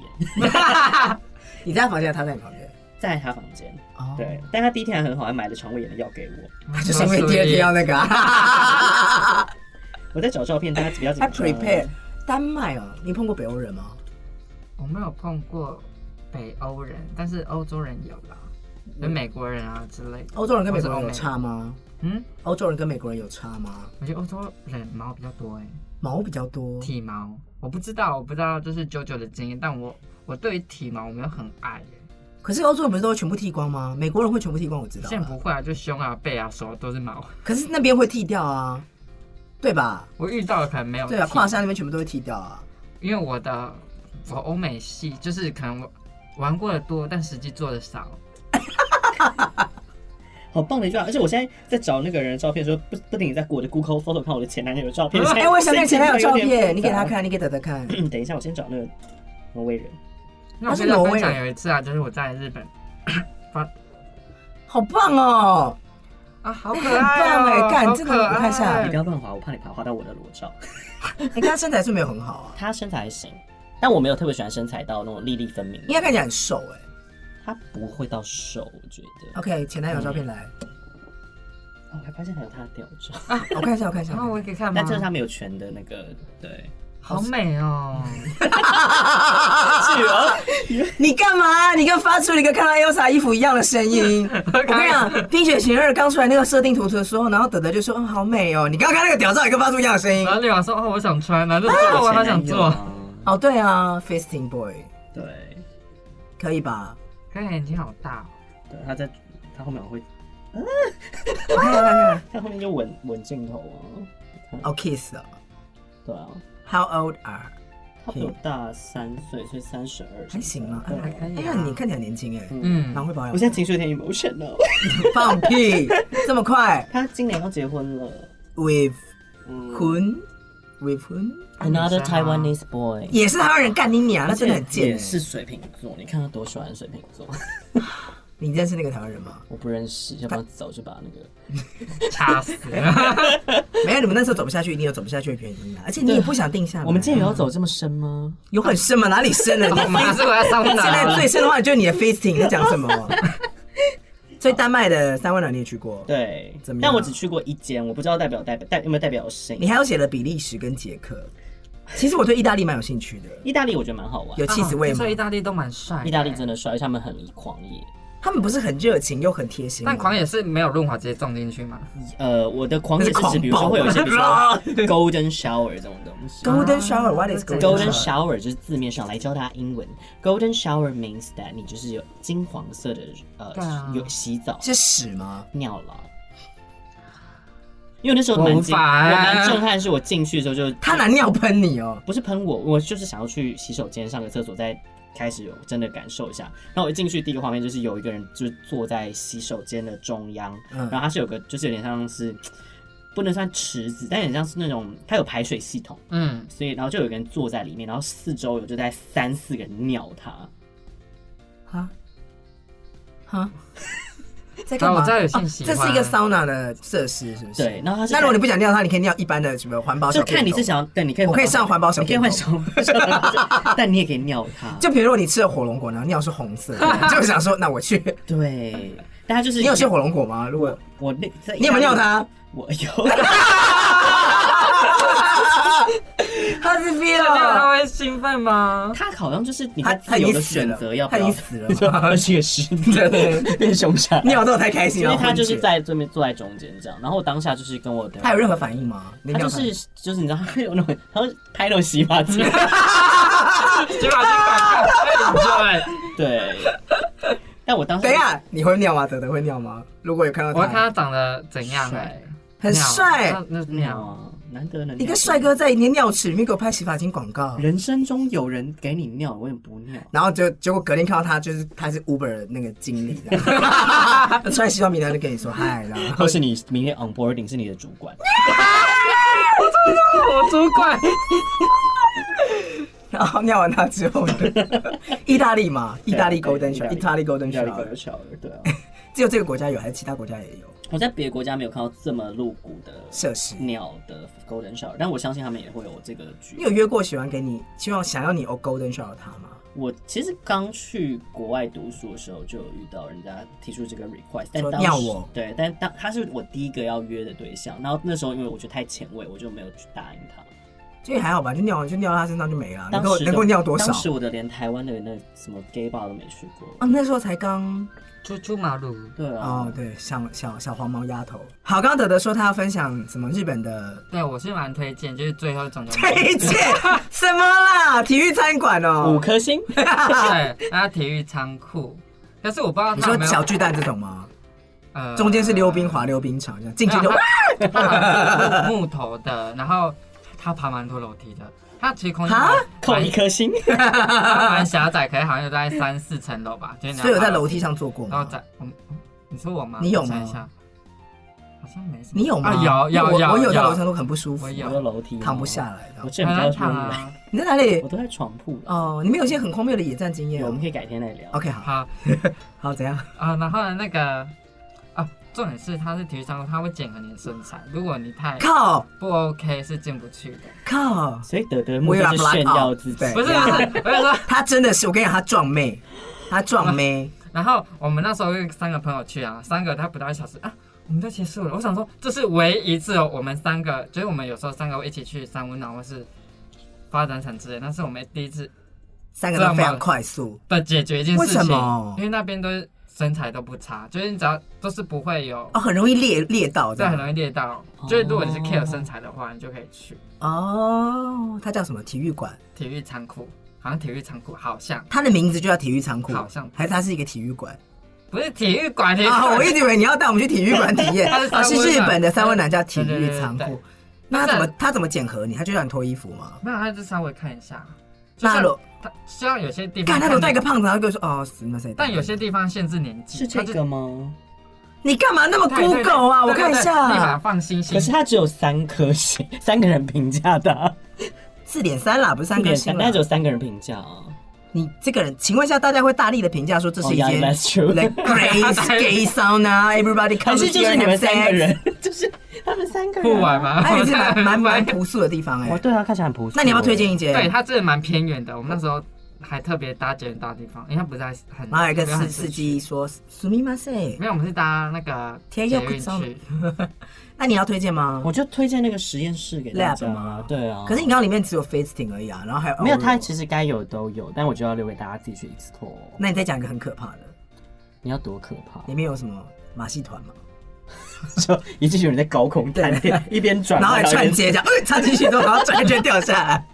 Speaker 1: 你在他房间，他在你旁边。
Speaker 2: 在他房间。
Speaker 1: 哦， *laughs*
Speaker 2: 对，但他第一天还很好，还买了肠胃炎的药给我。
Speaker 1: 他就是因
Speaker 3: 嗯
Speaker 1: 为第二天要那个
Speaker 2: *laughs*
Speaker 1: 啊。
Speaker 2: 我在找照片，大家比较紧
Speaker 1: *laughs* 他
Speaker 2: 张。
Speaker 1: prepare 丹麦哦，你碰过北欧人吗？
Speaker 3: 我没有碰过北欧人，但是欧洲人有啦，有
Speaker 2: 嗯
Speaker 3: 美国人啊之类的。
Speaker 1: 欧洲人跟美国
Speaker 3: 我
Speaker 1: 人有
Speaker 3: 是欧美
Speaker 1: 差吗？
Speaker 3: 嗯，
Speaker 1: 欧洲人跟美国人有差吗？
Speaker 3: 我觉得欧洲人毛比较多哎、
Speaker 1: 毛比较多，
Speaker 3: 体毛我不知道，我不知道就是九九的经验，但我我对于体毛我没有很爱耶、欸
Speaker 1: 可是欧洲人不是都会全部剃光吗？美国人会全部剃光，我知道
Speaker 3: 现在
Speaker 1: 啊。
Speaker 3: 不会啊，就胸啊、背啊、手都是毛。
Speaker 1: 可是那边会剃掉啊，对吧？
Speaker 3: 我遇到的可能没有哦剃。
Speaker 1: 对啊，跨山那边全部都会剃掉啊。
Speaker 3: 因为我的我欧美系就是可能我玩过的多，但实际做的少。
Speaker 2: 好棒的一句话，而且我现在在找那个人的照片的时候，不不停地在我的 Google Photo 看我的前男友的照片。
Speaker 1: 哎、我想那前男友照
Speaker 2: 心情有点
Speaker 1: 片，你给
Speaker 2: 复杂
Speaker 1: 他。
Speaker 2: 嗯
Speaker 1: 看，你给德德看。
Speaker 2: 等一下，我先找那个挪威人。
Speaker 3: 那
Speaker 1: 他
Speaker 3: 我
Speaker 1: 是
Speaker 3: 跟你
Speaker 1: 挪威
Speaker 3: 分享
Speaker 1: 人
Speaker 3: 有一次啊，就是我在日本
Speaker 1: 好棒哦！
Speaker 3: 啊，好可
Speaker 1: 很
Speaker 3: 爱哦、
Speaker 1: 棒哎干
Speaker 3: 好
Speaker 1: 这
Speaker 3: 可
Speaker 1: 个我看一下
Speaker 3: 爱
Speaker 2: 你不要乱滑，我怕你爬滑到我的裸照。
Speaker 1: 你哎看他身材是没有很好啊，
Speaker 2: 他身材还行，但我没有特别喜欢身材到那种粒粒分明的。
Speaker 1: 应该看起来很瘦哎、
Speaker 2: 他不会到瘦，我觉得。
Speaker 1: OK，前男友照片来，
Speaker 2: 哦我还发现还有他的吊照，
Speaker 1: 我看一下，我看一下。
Speaker 3: 嗯
Speaker 1: *laughs*
Speaker 3: 然后我也可以看吗
Speaker 2: 但这？是他没有全的那个对。
Speaker 3: 好美哦、
Speaker 1: 你干嘛？你跟发出了一个看到 Elsa 衣服一样的声音。我跟你讲，《冰雪奇缘二》刚出来那个设定图的时候，然后德德就说：“嗯，好美哦。”你刚刚看那个屌照也跟发出一样的声音
Speaker 3: 然。后立马说：“哦，我想穿啊，这是我好想
Speaker 2: *laughs*
Speaker 3: 做。
Speaker 1: 哦，对啊，Fisting Boy
Speaker 2: 对，
Speaker 1: 可以吧？”
Speaker 3: 可是眼睛好大、哦，
Speaker 2: 对，他在他后面会，
Speaker 1: 我看一下，看一下。
Speaker 2: *laughs* 他后面就吻吻镜头啊。
Speaker 1: 哦，Kiss 哦
Speaker 2: 对啊，
Speaker 1: ，How old are？
Speaker 2: 他比我大三岁，所以三十二。
Speaker 1: 还行吗？
Speaker 2: 对
Speaker 1: 还可以。哎
Speaker 3: 可以啊
Speaker 1: 呀，你看起来年轻哎，
Speaker 3: 嗯
Speaker 1: 蛮，会保养
Speaker 2: 我。现在情绪有点 emotional。
Speaker 1: 放屁，这么快
Speaker 2: 他今年要结婚了。
Speaker 1: ？With
Speaker 2: 嗯
Speaker 1: hun，with hun，
Speaker 2: Another
Speaker 3: 女生啊
Speaker 2: Taiwanese boy，
Speaker 1: 也是台湾人干你娘，那真的很
Speaker 2: 也
Speaker 1: 贱哎。
Speaker 2: 是水瓶座，你看他多喜欢水瓶座。
Speaker 1: 你认识那个台湾人吗？
Speaker 2: 我不认识，要不然早就把那个
Speaker 3: 掐死了。
Speaker 1: 没有，你们那时候走不下去，一定有走不下去的原因啦。而且你也不想定下来。
Speaker 2: 啊
Speaker 1: 啊
Speaker 2: 我们今天有要走这么深吗？
Speaker 1: 有很深 *laughs* 吗？哪里深啊了？你
Speaker 3: 我马上我要上
Speaker 1: 现在
Speaker 3: 哪？
Speaker 1: 最深的话就是你的 facing，在讲什么？ *laughs* 所以丹麦的三温暖你也去过，，
Speaker 2: 对
Speaker 1: 怎，么样
Speaker 2: 但我只去过一间，我不知道代表代表代有没有代表性
Speaker 1: 你。还有写了比利时跟捷克。其实我对意大利蛮有兴趣的，
Speaker 2: 意大利我觉得蛮好玩
Speaker 1: 有，气质味
Speaker 3: 哦听
Speaker 1: 吗
Speaker 3: 说？意大利都蛮帅，
Speaker 2: 意大利真。的帅，而且他们很狂野。
Speaker 1: 他们不是很热情又很贴心吗，
Speaker 3: 但狂野是没有润滑直接撞进去嘛？
Speaker 2: 呃，我的狂野是指，比如说会有一些比如说 *laughs* golden shower 这种东西。
Speaker 1: Golden shower，what is
Speaker 3: 啊
Speaker 1: golden shower？
Speaker 2: Golden shower 就是字面上来教大家英文。Golden shower means that 你就是有金黄色的
Speaker 3: 对啊
Speaker 2: 呃有洗澡
Speaker 1: 是屎吗？
Speaker 2: 尿了。因为那时候
Speaker 3: 我
Speaker 2: 蛮
Speaker 3: 无
Speaker 2: 惊，我
Speaker 3: 法
Speaker 2: 蛮震撼，是我进去的时候就
Speaker 1: 他拿尿喷你哦，
Speaker 2: 不是喷我，我就是想要去洗手间上个厕所，再开始有真的感受一下。然后我一进去，第一个画面就是有一个人就是坐在洗手间的中央，
Speaker 1: 嗯
Speaker 2: 然后他是有个就是有点像是不能算池子，但很像是那种它有排水系统，
Speaker 3: 嗯，
Speaker 2: 所以然后就有个人坐在里面，然后四周有就在三四个人尿他。
Speaker 1: 哈，哈，在
Speaker 3: 然
Speaker 1: 干
Speaker 3: 后
Speaker 1: 嘛？哦
Speaker 3: 我知道有信息，
Speaker 1: 这是一个 sauna 的设施，是不是？
Speaker 2: 对，。然后他是
Speaker 1: 那如果你不想尿它，你可以尿一般的什么环保小
Speaker 2: 就
Speaker 1: 便
Speaker 2: 看你是
Speaker 1: 斗
Speaker 2: 想要，对，你可以
Speaker 1: 我可以
Speaker 2: 换
Speaker 1: 上环保小
Speaker 2: 你可以
Speaker 1: 便
Speaker 2: 换
Speaker 1: 斗
Speaker 2: 小，但你也可以尿他。
Speaker 1: 就比如说你吃了火龙果，然后尿是红色的，
Speaker 2: *laughs*
Speaker 1: 你就想说那我去。
Speaker 2: 对，但他就是
Speaker 1: 你有吃火龙果吗？如
Speaker 2: *laughs*
Speaker 1: 果
Speaker 2: 我那在
Speaker 1: 你有没有尿他？
Speaker 2: 我有。 *laughs*
Speaker 1: 他是 v i
Speaker 3: 这样
Speaker 2: *laughs*
Speaker 3: 他
Speaker 1: o
Speaker 3: 会兴奋吗？
Speaker 2: 他好像就是你
Speaker 1: 他
Speaker 2: 他
Speaker 1: 他已
Speaker 2: 自由
Speaker 1: 经
Speaker 2: 的
Speaker 1: 死
Speaker 2: 选
Speaker 1: 了
Speaker 2: 择要，不
Speaker 1: 他已
Speaker 2: 要
Speaker 1: 经，死
Speaker 2: *laughs* 你知道
Speaker 1: 了，
Speaker 2: 吗而且是对变凶杀，
Speaker 1: 尿到太开心
Speaker 2: 因
Speaker 1: 了。
Speaker 2: 为他就是
Speaker 1: 昏厥，
Speaker 2: 在这边坐在中间这样，然后我当下就是跟我的，
Speaker 1: 他有任何反应吗？你
Speaker 2: 他
Speaker 1: 尿
Speaker 2: 就
Speaker 1: 他
Speaker 2: 是就是你知道他有那种他会拍那种洗
Speaker 1: *laughs*
Speaker 2: 发精，
Speaker 3: *laughs* 起码是感觉，
Speaker 2: 对，但我当时
Speaker 1: 等一下，你会尿吗？德德会尿吗？如果有看到
Speaker 3: 我要看
Speaker 1: 他，
Speaker 3: 他长得怎
Speaker 1: 啊
Speaker 3: 样哎
Speaker 2: 帅，
Speaker 1: 很帅，
Speaker 3: 那那
Speaker 2: 鸟
Speaker 3: 鸟，
Speaker 2: 啊，难得能
Speaker 1: 一个帅，哥在你的尿池里面给我拍洗发精广告，
Speaker 2: 人生中有人给你尿，我也不尿，
Speaker 1: 然后就结果隔天看到他，就是他是 Uber 的那个经理，
Speaker 2: *laughs*
Speaker 1: 这样穿西装名单就跟你说嗨，然后 *laughs*
Speaker 2: 或是你明天 onboarding 是你的主管，
Speaker 3: 我主管，
Speaker 1: 然后尿完他之后呢， *laughs* 意大利嘛，意大利
Speaker 2: 对
Speaker 1: Golden Shower，意大利 Golden
Speaker 2: 意大利
Speaker 1: Shower，
Speaker 2: golden shower，对啊，
Speaker 1: 只有这个国家有，还是其他国家也有
Speaker 2: 我在别的国家没有看到这么露骨的
Speaker 1: 设施？
Speaker 2: 鸟的 golden shower，但我相信他们也会有这个局
Speaker 1: 你。有约过喜欢给你，希望想要你哦 Golden Shower 他吗？
Speaker 2: 我其实刚去国外读书的时候，就有遇到人家提出这个 request，但
Speaker 1: 说
Speaker 2: 当
Speaker 1: 要
Speaker 2: 时
Speaker 1: 我
Speaker 2: 对，但当他是我第一个要约的对象，然后那时候因为我觉得太前卫，我就没有去答应他。
Speaker 1: 就也还好吧，就尿完就尿到他身上就没啊了，能
Speaker 2: 当
Speaker 1: 够
Speaker 2: 时的
Speaker 1: 能够尿多少
Speaker 2: 当？时我的连台湾的那什么 gay bar 都没去过。
Speaker 1: 啊，那时候才刚
Speaker 3: 猪猪马路，
Speaker 2: 对啊，
Speaker 1: 哦，
Speaker 3: 嗯
Speaker 1: 对，小小小黄毛丫头。好，刚刚德德说他要分享什么日本
Speaker 3: *laughs*
Speaker 1: 的
Speaker 3: 对我是蛮推荐，就是最后一种的。
Speaker 1: 推荐，什么啦？体育餐馆
Speaker 2: 五
Speaker 1: *laughs* 哦，
Speaker 2: 颗星。
Speaker 3: 对，那体育仓库，但是我不知道
Speaker 1: 你
Speaker 3: 他有
Speaker 1: 说
Speaker 3: 没
Speaker 1: 小
Speaker 3: 有
Speaker 1: 巨蛋这种吗？
Speaker 3: 呃
Speaker 1: 中间是溜冰滑溜冰场，这样进去
Speaker 3: 没
Speaker 1: 就
Speaker 3: 有
Speaker 1: *laughs*
Speaker 3: 它它好像是木木头的，然后它爬蛮多楼梯的，它其实空间
Speaker 1: 哈
Speaker 2: 扣一颗星，
Speaker 3: 它蛮狭窄，可是好像有大概三四层楼吧，就是你要
Speaker 1: 所以有在
Speaker 3: 爬
Speaker 1: 楼梯上坐过
Speaker 3: 然后
Speaker 1: 吗？
Speaker 3: 哦在我们，你说我吗？
Speaker 1: 你有
Speaker 3: 我
Speaker 1: 吗
Speaker 3: 想一下，好像没什么。
Speaker 1: 你有吗？
Speaker 3: 啊有有
Speaker 1: 我
Speaker 3: 有
Speaker 1: 我有在
Speaker 3: 有
Speaker 1: 楼上都很不舒服
Speaker 3: 我，
Speaker 2: 我
Speaker 3: 有
Speaker 2: 的楼梯
Speaker 1: 躺不下，来
Speaker 2: 我
Speaker 1: 的。
Speaker 2: 这比
Speaker 3: 很
Speaker 2: 较
Speaker 3: 难
Speaker 2: 多
Speaker 3: 躺
Speaker 2: 人，
Speaker 3: 啊。
Speaker 1: 你在哪里
Speaker 2: 我？都在床铺。
Speaker 1: 哦，你们有一些很荒谬的野战经验
Speaker 2: 有，我
Speaker 1: 哦
Speaker 2: 们。可以改天再聊。
Speaker 1: OK，好，
Speaker 3: 好
Speaker 1: 好，怎样？
Speaker 3: 啊，然后呢那个啊，重点是它是体育生活，它会检核你的身材，如果你太
Speaker 1: 靠
Speaker 3: 不 OK 是进不去的。
Speaker 1: 靠！
Speaker 2: 所以德德目的是炫耀自己
Speaker 1: 我有 black out，对，
Speaker 3: 不是不是，我跟你说，
Speaker 1: 他真的是，我跟你讲，他撞妹，他撞
Speaker 3: *laughs*
Speaker 1: 妹，
Speaker 3: 然后我们那时候有三个朋友去啊，三个他不到一小时啊，我们就结束了。我想说，这是唯一一次哦，我们三个就是我们有时候三个会一起去三温暖或是发展场之类，那是我们第一次
Speaker 1: 三个都非常快速。
Speaker 3: 的解决一件事情。
Speaker 1: 为什么
Speaker 3: 因为那边都是身材都不差，就是你只要都是不会有，
Speaker 1: 哦，很容易裂裂到
Speaker 3: 这
Speaker 1: 这
Speaker 3: 很
Speaker 1: 样。
Speaker 3: 容易跌到
Speaker 2: 哦。
Speaker 3: 就是如果你是 care 身材的话，你就可以去
Speaker 1: 哦，它叫什么？体育馆？
Speaker 3: 体育仓库，好像体育仓库好像
Speaker 1: 它的名字就叫体育仓库，
Speaker 3: 好像
Speaker 1: 还是它是一个体育馆？
Speaker 3: 不是体育馆， *laughs* 体育
Speaker 1: 啊，
Speaker 3: 馆
Speaker 1: 我一直以为你要带我们去体育馆体
Speaker 3: *laughs*
Speaker 1: 验，
Speaker 3: 它是
Speaker 1: 啊，
Speaker 3: 三
Speaker 1: 是
Speaker 3: 温暖
Speaker 1: 日本的三温暖叫体
Speaker 3: 对
Speaker 1: 育
Speaker 3: 对对
Speaker 1: 仓
Speaker 3: 对
Speaker 1: 库。那他怎么
Speaker 3: 但是
Speaker 1: 他怎么检核你？他就让你脱衣服吗？
Speaker 3: 没有，他就稍微看一下。就
Speaker 1: 那
Speaker 3: 像
Speaker 1: 如
Speaker 3: 他像有些地方
Speaker 1: 干，他
Speaker 3: 看
Speaker 1: 如果
Speaker 3: 你，
Speaker 1: 带一个胖子，他就说哦，死那谁？
Speaker 3: 但有些地方限制年纪，
Speaker 2: 是这个吗？
Speaker 1: 你干嘛那么
Speaker 3: 它就对对
Speaker 1: Google 啊？
Speaker 3: 对
Speaker 1: 我看一
Speaker 3: 对对立马
Speaker 1: 下，
Speaker 3: 放星星
Speaker 2: 可。是他只有三颗星， *laughs* 三个人评价的啊，
Speaker 1: 四点三啦，不是三颗星啊
Speaker 2: 三，
Speaker 1: 啦
Speaker 2: 但只有三个人评价啊。
Speaker 1: 你这个人，请问一下，大家会大力的评价说这是一
Speaker 2: 哦
Speaker 1: 间
Speaker 2: ，yeah, that's true
Speaker 1: like Grace gay sauna，everybody
Speaker 2: 可
Speaker 1: come
Speaker 2: 是
Speaker 1: here
Speaker 2: 就是你
Speaker 1: have
Speaker 2: 们三个
Speaker 1: sex。
Speaker 2: 人， *laughs* 就是他们三个人啊
Speaker 3: 不玩？吗？
Speaker 1: 还有一
Speaker 3: *laughs*
Speaker 1: 些蛮蛮蛮
Speaker 3: 我
Speaker 1: 朴素的地
Speaker 2: *laughs*
Speaker 1: 方
Speaker 2: 哦，
Speaker 1: 哎，
Speaker 2: 对啊，看起来很朴素。
Speaker 1: 那你要不要推荐一间？
Speaker 3: 对，它真的蛮偏远的。我们那时候还特别搭捷运到地方，因为它不在很。
Speaker 1: 然后有一个
Speaker 3: 没有
Speaker 1: 司
Speaker 3: 很
Speaker 1: 司
Speaker 3: 市区
Speaker 1: 机说すみません，
Speaker 3: 没有，我们是搭那个
Speaker 1: 天
Speaker 3: 捷
Speaker 1: 佑
Speaker 3: 运
Speaker 1: 不走
Speaker 3: 去。
Speaker 1: 那你要推荐吗？
Speaker 2: 我就推荐那个实验室给大
Speaker 1: Lab
Speaker 2: 家
Speaker 1: 吗
Speaker 2: 啊。对啊。
Speaker 1: 可是你刚刚里面只有 fasting 而已啊，然后还有
Speaker 2: 没有，它
Speaker 1: oral
Speaker 2: 其实该有的都有，但我就要留给大家自己去 explore。
Speaker 1: 那你再讲一个很可怕的，
Speaker 2: 你要多可怕？ *laughs*
Speaker 1: 里面有什么马戏团吗？
Speaker 2: 就一进去有人在高
Speaker 1: *laughs*
Speaker 2: 空弹跳，一边转，
Speaker 1: 啊然后还
Speaker 2: 一
Speaker 1: 串
Speaker 2: 边
Speaker 1: 接这样，呃插进去之后，然后转一圈掉下来。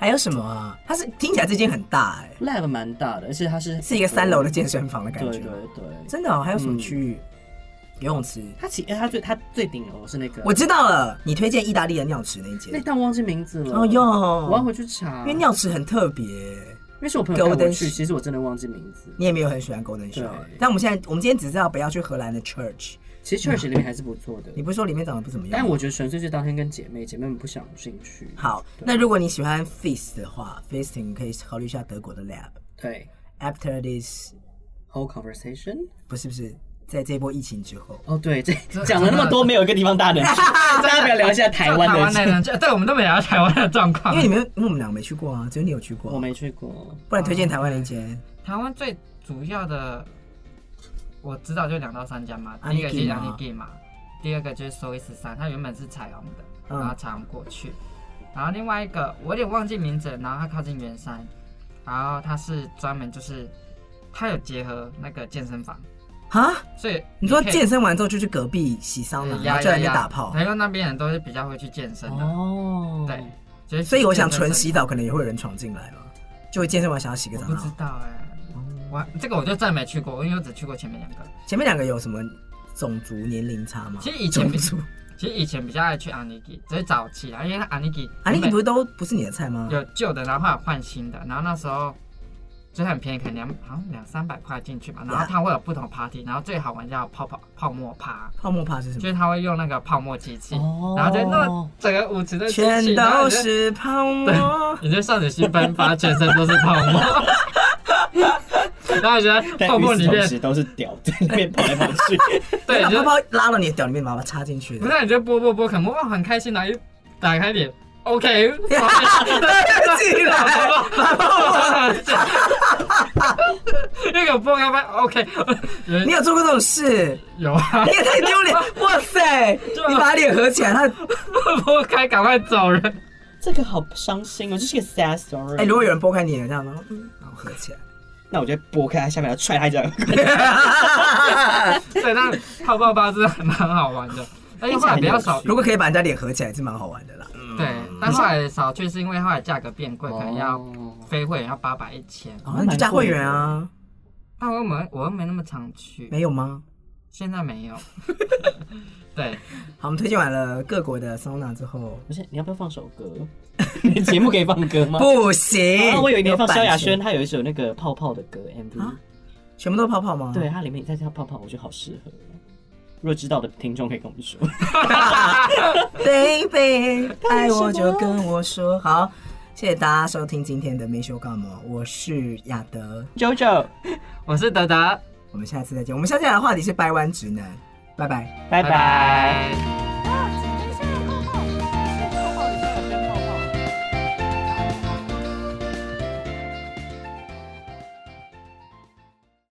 Speaker 1: 还有什么啊？它是听起来这间很大哎、
Speaker 2: lab 蛮大的，而且它是
Speaker 1: 是一个三楼的健身房的感
Speaker 2: 对
Speaker 1: 觉
Speaker 2: 对嗯
Speaker 1: 吗。
Speaker 2: 对，
Speaker 1: 真的哦，还有什么区域？游泳池。
Speaker 2: 它其它最它最顶楼是那个，
Speaker 1: 我知道了，你推荐意大利的尿池那一
Speaker 2: 那
Speaker 1: 间。
Speaker 2: 但我忘记名字了。
Speaker 1: 哦哟，
Speaker 2: 我要回去查，
Speaker 1: 因
Speaker 2: 因
Speaker 1: 为
Speaker 2: 为
Speaker 1: 尿池很特别，
Speaker 2: 是我朋友带我
Speaker 1: Golden
Speaker 2: 去，其实我真的忘记名字。
Speaker 1: 你也没有很喜欢 Golden Shower
Speaker 2: 对。
Speaker 1: 但我们现在，我们今天只知道不要去荷兰的 Church。
Speaker 2: 其实 church 里面还是不错的
Speaker 3: 嗯
Speaker 1: 你，不是说里面长得不怎么样？
Speaker 2: 但哎我觉得纯粹是当天跟姐妹，姐妹们不想进去。
Speaker 1: 好，那如果你喜欢 Feast 的话，Feasting 可以考虑一下德国的 Lab。
Speaker 2: 对
Speaker 1: After this，
Speaker 2: whole conversation，
Speaker 1: 不是不是，在这波疫情之后，
Speaker 2: 哦对，这讲了那么多，没有一个地方大的，大家不要聊一下台
Speaker 3: 就
Speaker 2: 湾
Speaker 3: 台湾
Speaker 2: 的。
Speaker 3: 那人，对，我们都没聊到台湾的状况
Speaker 1: 因为。你们因为我们两个没去过啊，只有你有去过啊、
Speaker 2: 啊我没去过，
Speaker 1: 不然推荐台湾的一间
Speaker 3: 台湾最主要的，我知道就两到三家嘛，
Speaker 1: 啊
Speaker 3: 第一个就是
Speaker 1: 你
Speaker 3: a
Speaker 1: 给吗
Speaker 3: n i 嘛，第二个就是 s o i 十三，它原本是彩虹的，
Speaker 1: 嗯
Speaker 3: 然后彩虹过去，然后另外一个我有点忘记名字了，然后它靠近圆山，然后它是专门就是它有结合那个健身房，
Speaker 1: 啊？
Speaker 3: 所以
Speaker 1: 你说
Speaker 3: 可以
Speaker 1: 健身完之后就去隔壁洗桑拿，然
Speaker 3: 嗯呀
Speaker 1: 后就在那
Speaker 3: 呀
Speaker 1: 边
Speaker 3: 呀
Speaker 1: 打炮，
Speaker 3: 台湾那边人都是比较会去健身的，
Speaker 2: 哦，
Speaker 3: 对，就是
Speaker 1: 所以我想
Speaker 3: 健身
Speaker 1: 纯洗澡可能也会有人闯进来嘛，就会健身完想要洗个
Speaker 3: 我
Speaker 1: 澡。
Speaker 3: 不
Speaker 1: 然后
Speaker 3: 知道哎、我还这个我就再没去过，因为我只去过前面两个。
Speaker 1: 前面两个有什么种族年龄差吗？
Speaker 3: 其实以前
Speaker 1: 种族
Speaker 3: 其实以前比较爱去阿尼基，只是早期啊，因为阿尼基
Speaker 1: 啊，那个不
Speaker 3: 是
Speaker 1: 是都不是你的菜吗？
Speaker 3: 有旧的，然后后来换新的，然后那时候就是很便宜，可能两好像两三百块进去吧。然后
Speaker 1: Yeah
Speaker 3: 它会有不同 party，然后最好玩叫泡泡泡沫趴，
Speaker 1: 泡沫趴是什
Speaker 3: 就
Speaker 1: 么？
Speaker 3: 是它会用那个泡沫机器，
Speaker 2: 哦
Speaker 3: 然后就弄整个舞池的
Speaker 1: 全都是泡沫。
Speaker 3: 你就少女心喷发，全身都是泡沫。然后我觉得
Speaker 2: 但
Speaker 3: 泡沫
Speaker 2: 与此
Speaker 3: 里
Speaker 2: 同
Speaker 3: 面，
Speaker 2: 时都是屌在那边跑来跑去，
Speaker 3: *laughs* 对，
Speaker 1: 把
Speaker 3: 就是
Speaker 1: 泡泡拉到你的屌里面，把它插进去 *laughs*
Speaker 3: 不。是你就播播播，可能哇很开心，然后一打开脸，OK，进
Speaker 1: 进
Speaker 3: *laughs*
Speaker 1: 来，
Speaker 3: 泡泡，那个播开发 OK，有
Speaker 1: 你有做过这种事？
Speaker 3: 有啊
Speaker 1: 你，也太丢脸！哇
Speaker 3: *laughs*
Speaker 1: 塞，你把脸合起来，他
Speaker 3: 播开赶快走人。
Speaker 2: 这个好伤心哦，这是个 sad story。
Speaker 1: 哎，如果有人拨开你的这样，然后嗯，然后合起来。
Speaker 2: 那我就拨开他下面，然后踹他一脚。 *laughs*
Speaker 3: 对，那泡泡吧是蛮好玩的，但是后来比较少，
Speaker 1: *laughs* 如果可以把人家脸合起来，是蛮好玩的啦。
Speaker 3: 对，但后来少去是因为后来价格变贵，可能要
Speaker 2: 哦
Speaker 1: 哦
Speaker 3: 飞会员要八百一千。
Speaker 1: 哦，那你就加会员啊。
Speaker 3: 但我又没我又没那么常去，
Speaker 1: 没有吗？
Speaker 3: 现在没有。对，
Speaker 1: 好，我们推荐完了各国的桑拿之后，
Speaker 2: 不是，你要不要放首歌？ *laughs* 你节目可以放歌 *laughs* 吗？
Speaker 1: 不行，
Speaker 2: 啊，我有一年放萧亚
Speaker 1: 有
Speaker 2: 轩，
Speaker 1: 版
Speaker 2: 她有一首那个泡泡的歌 MV，、
Speaker 1: 啊权，全部都泡泡吗？
Speaker 2: 对，它里面你在跳泡泡，我觉得好适合。如果知道的听众可以跟我们说。
Speaker 1: ，baby，爱我就跟我说。好，谢谢大家收听今天的没修干嘛，我是亚德，
Speaker 2: *laughs* JoJo，
Speaker 3: 我是德德，
Speaker 1: 我们下次再见。我们下次聊的话题是掰弯直男，拜拜。
Speaker 2: 拜拜。
Speaker 3: 拜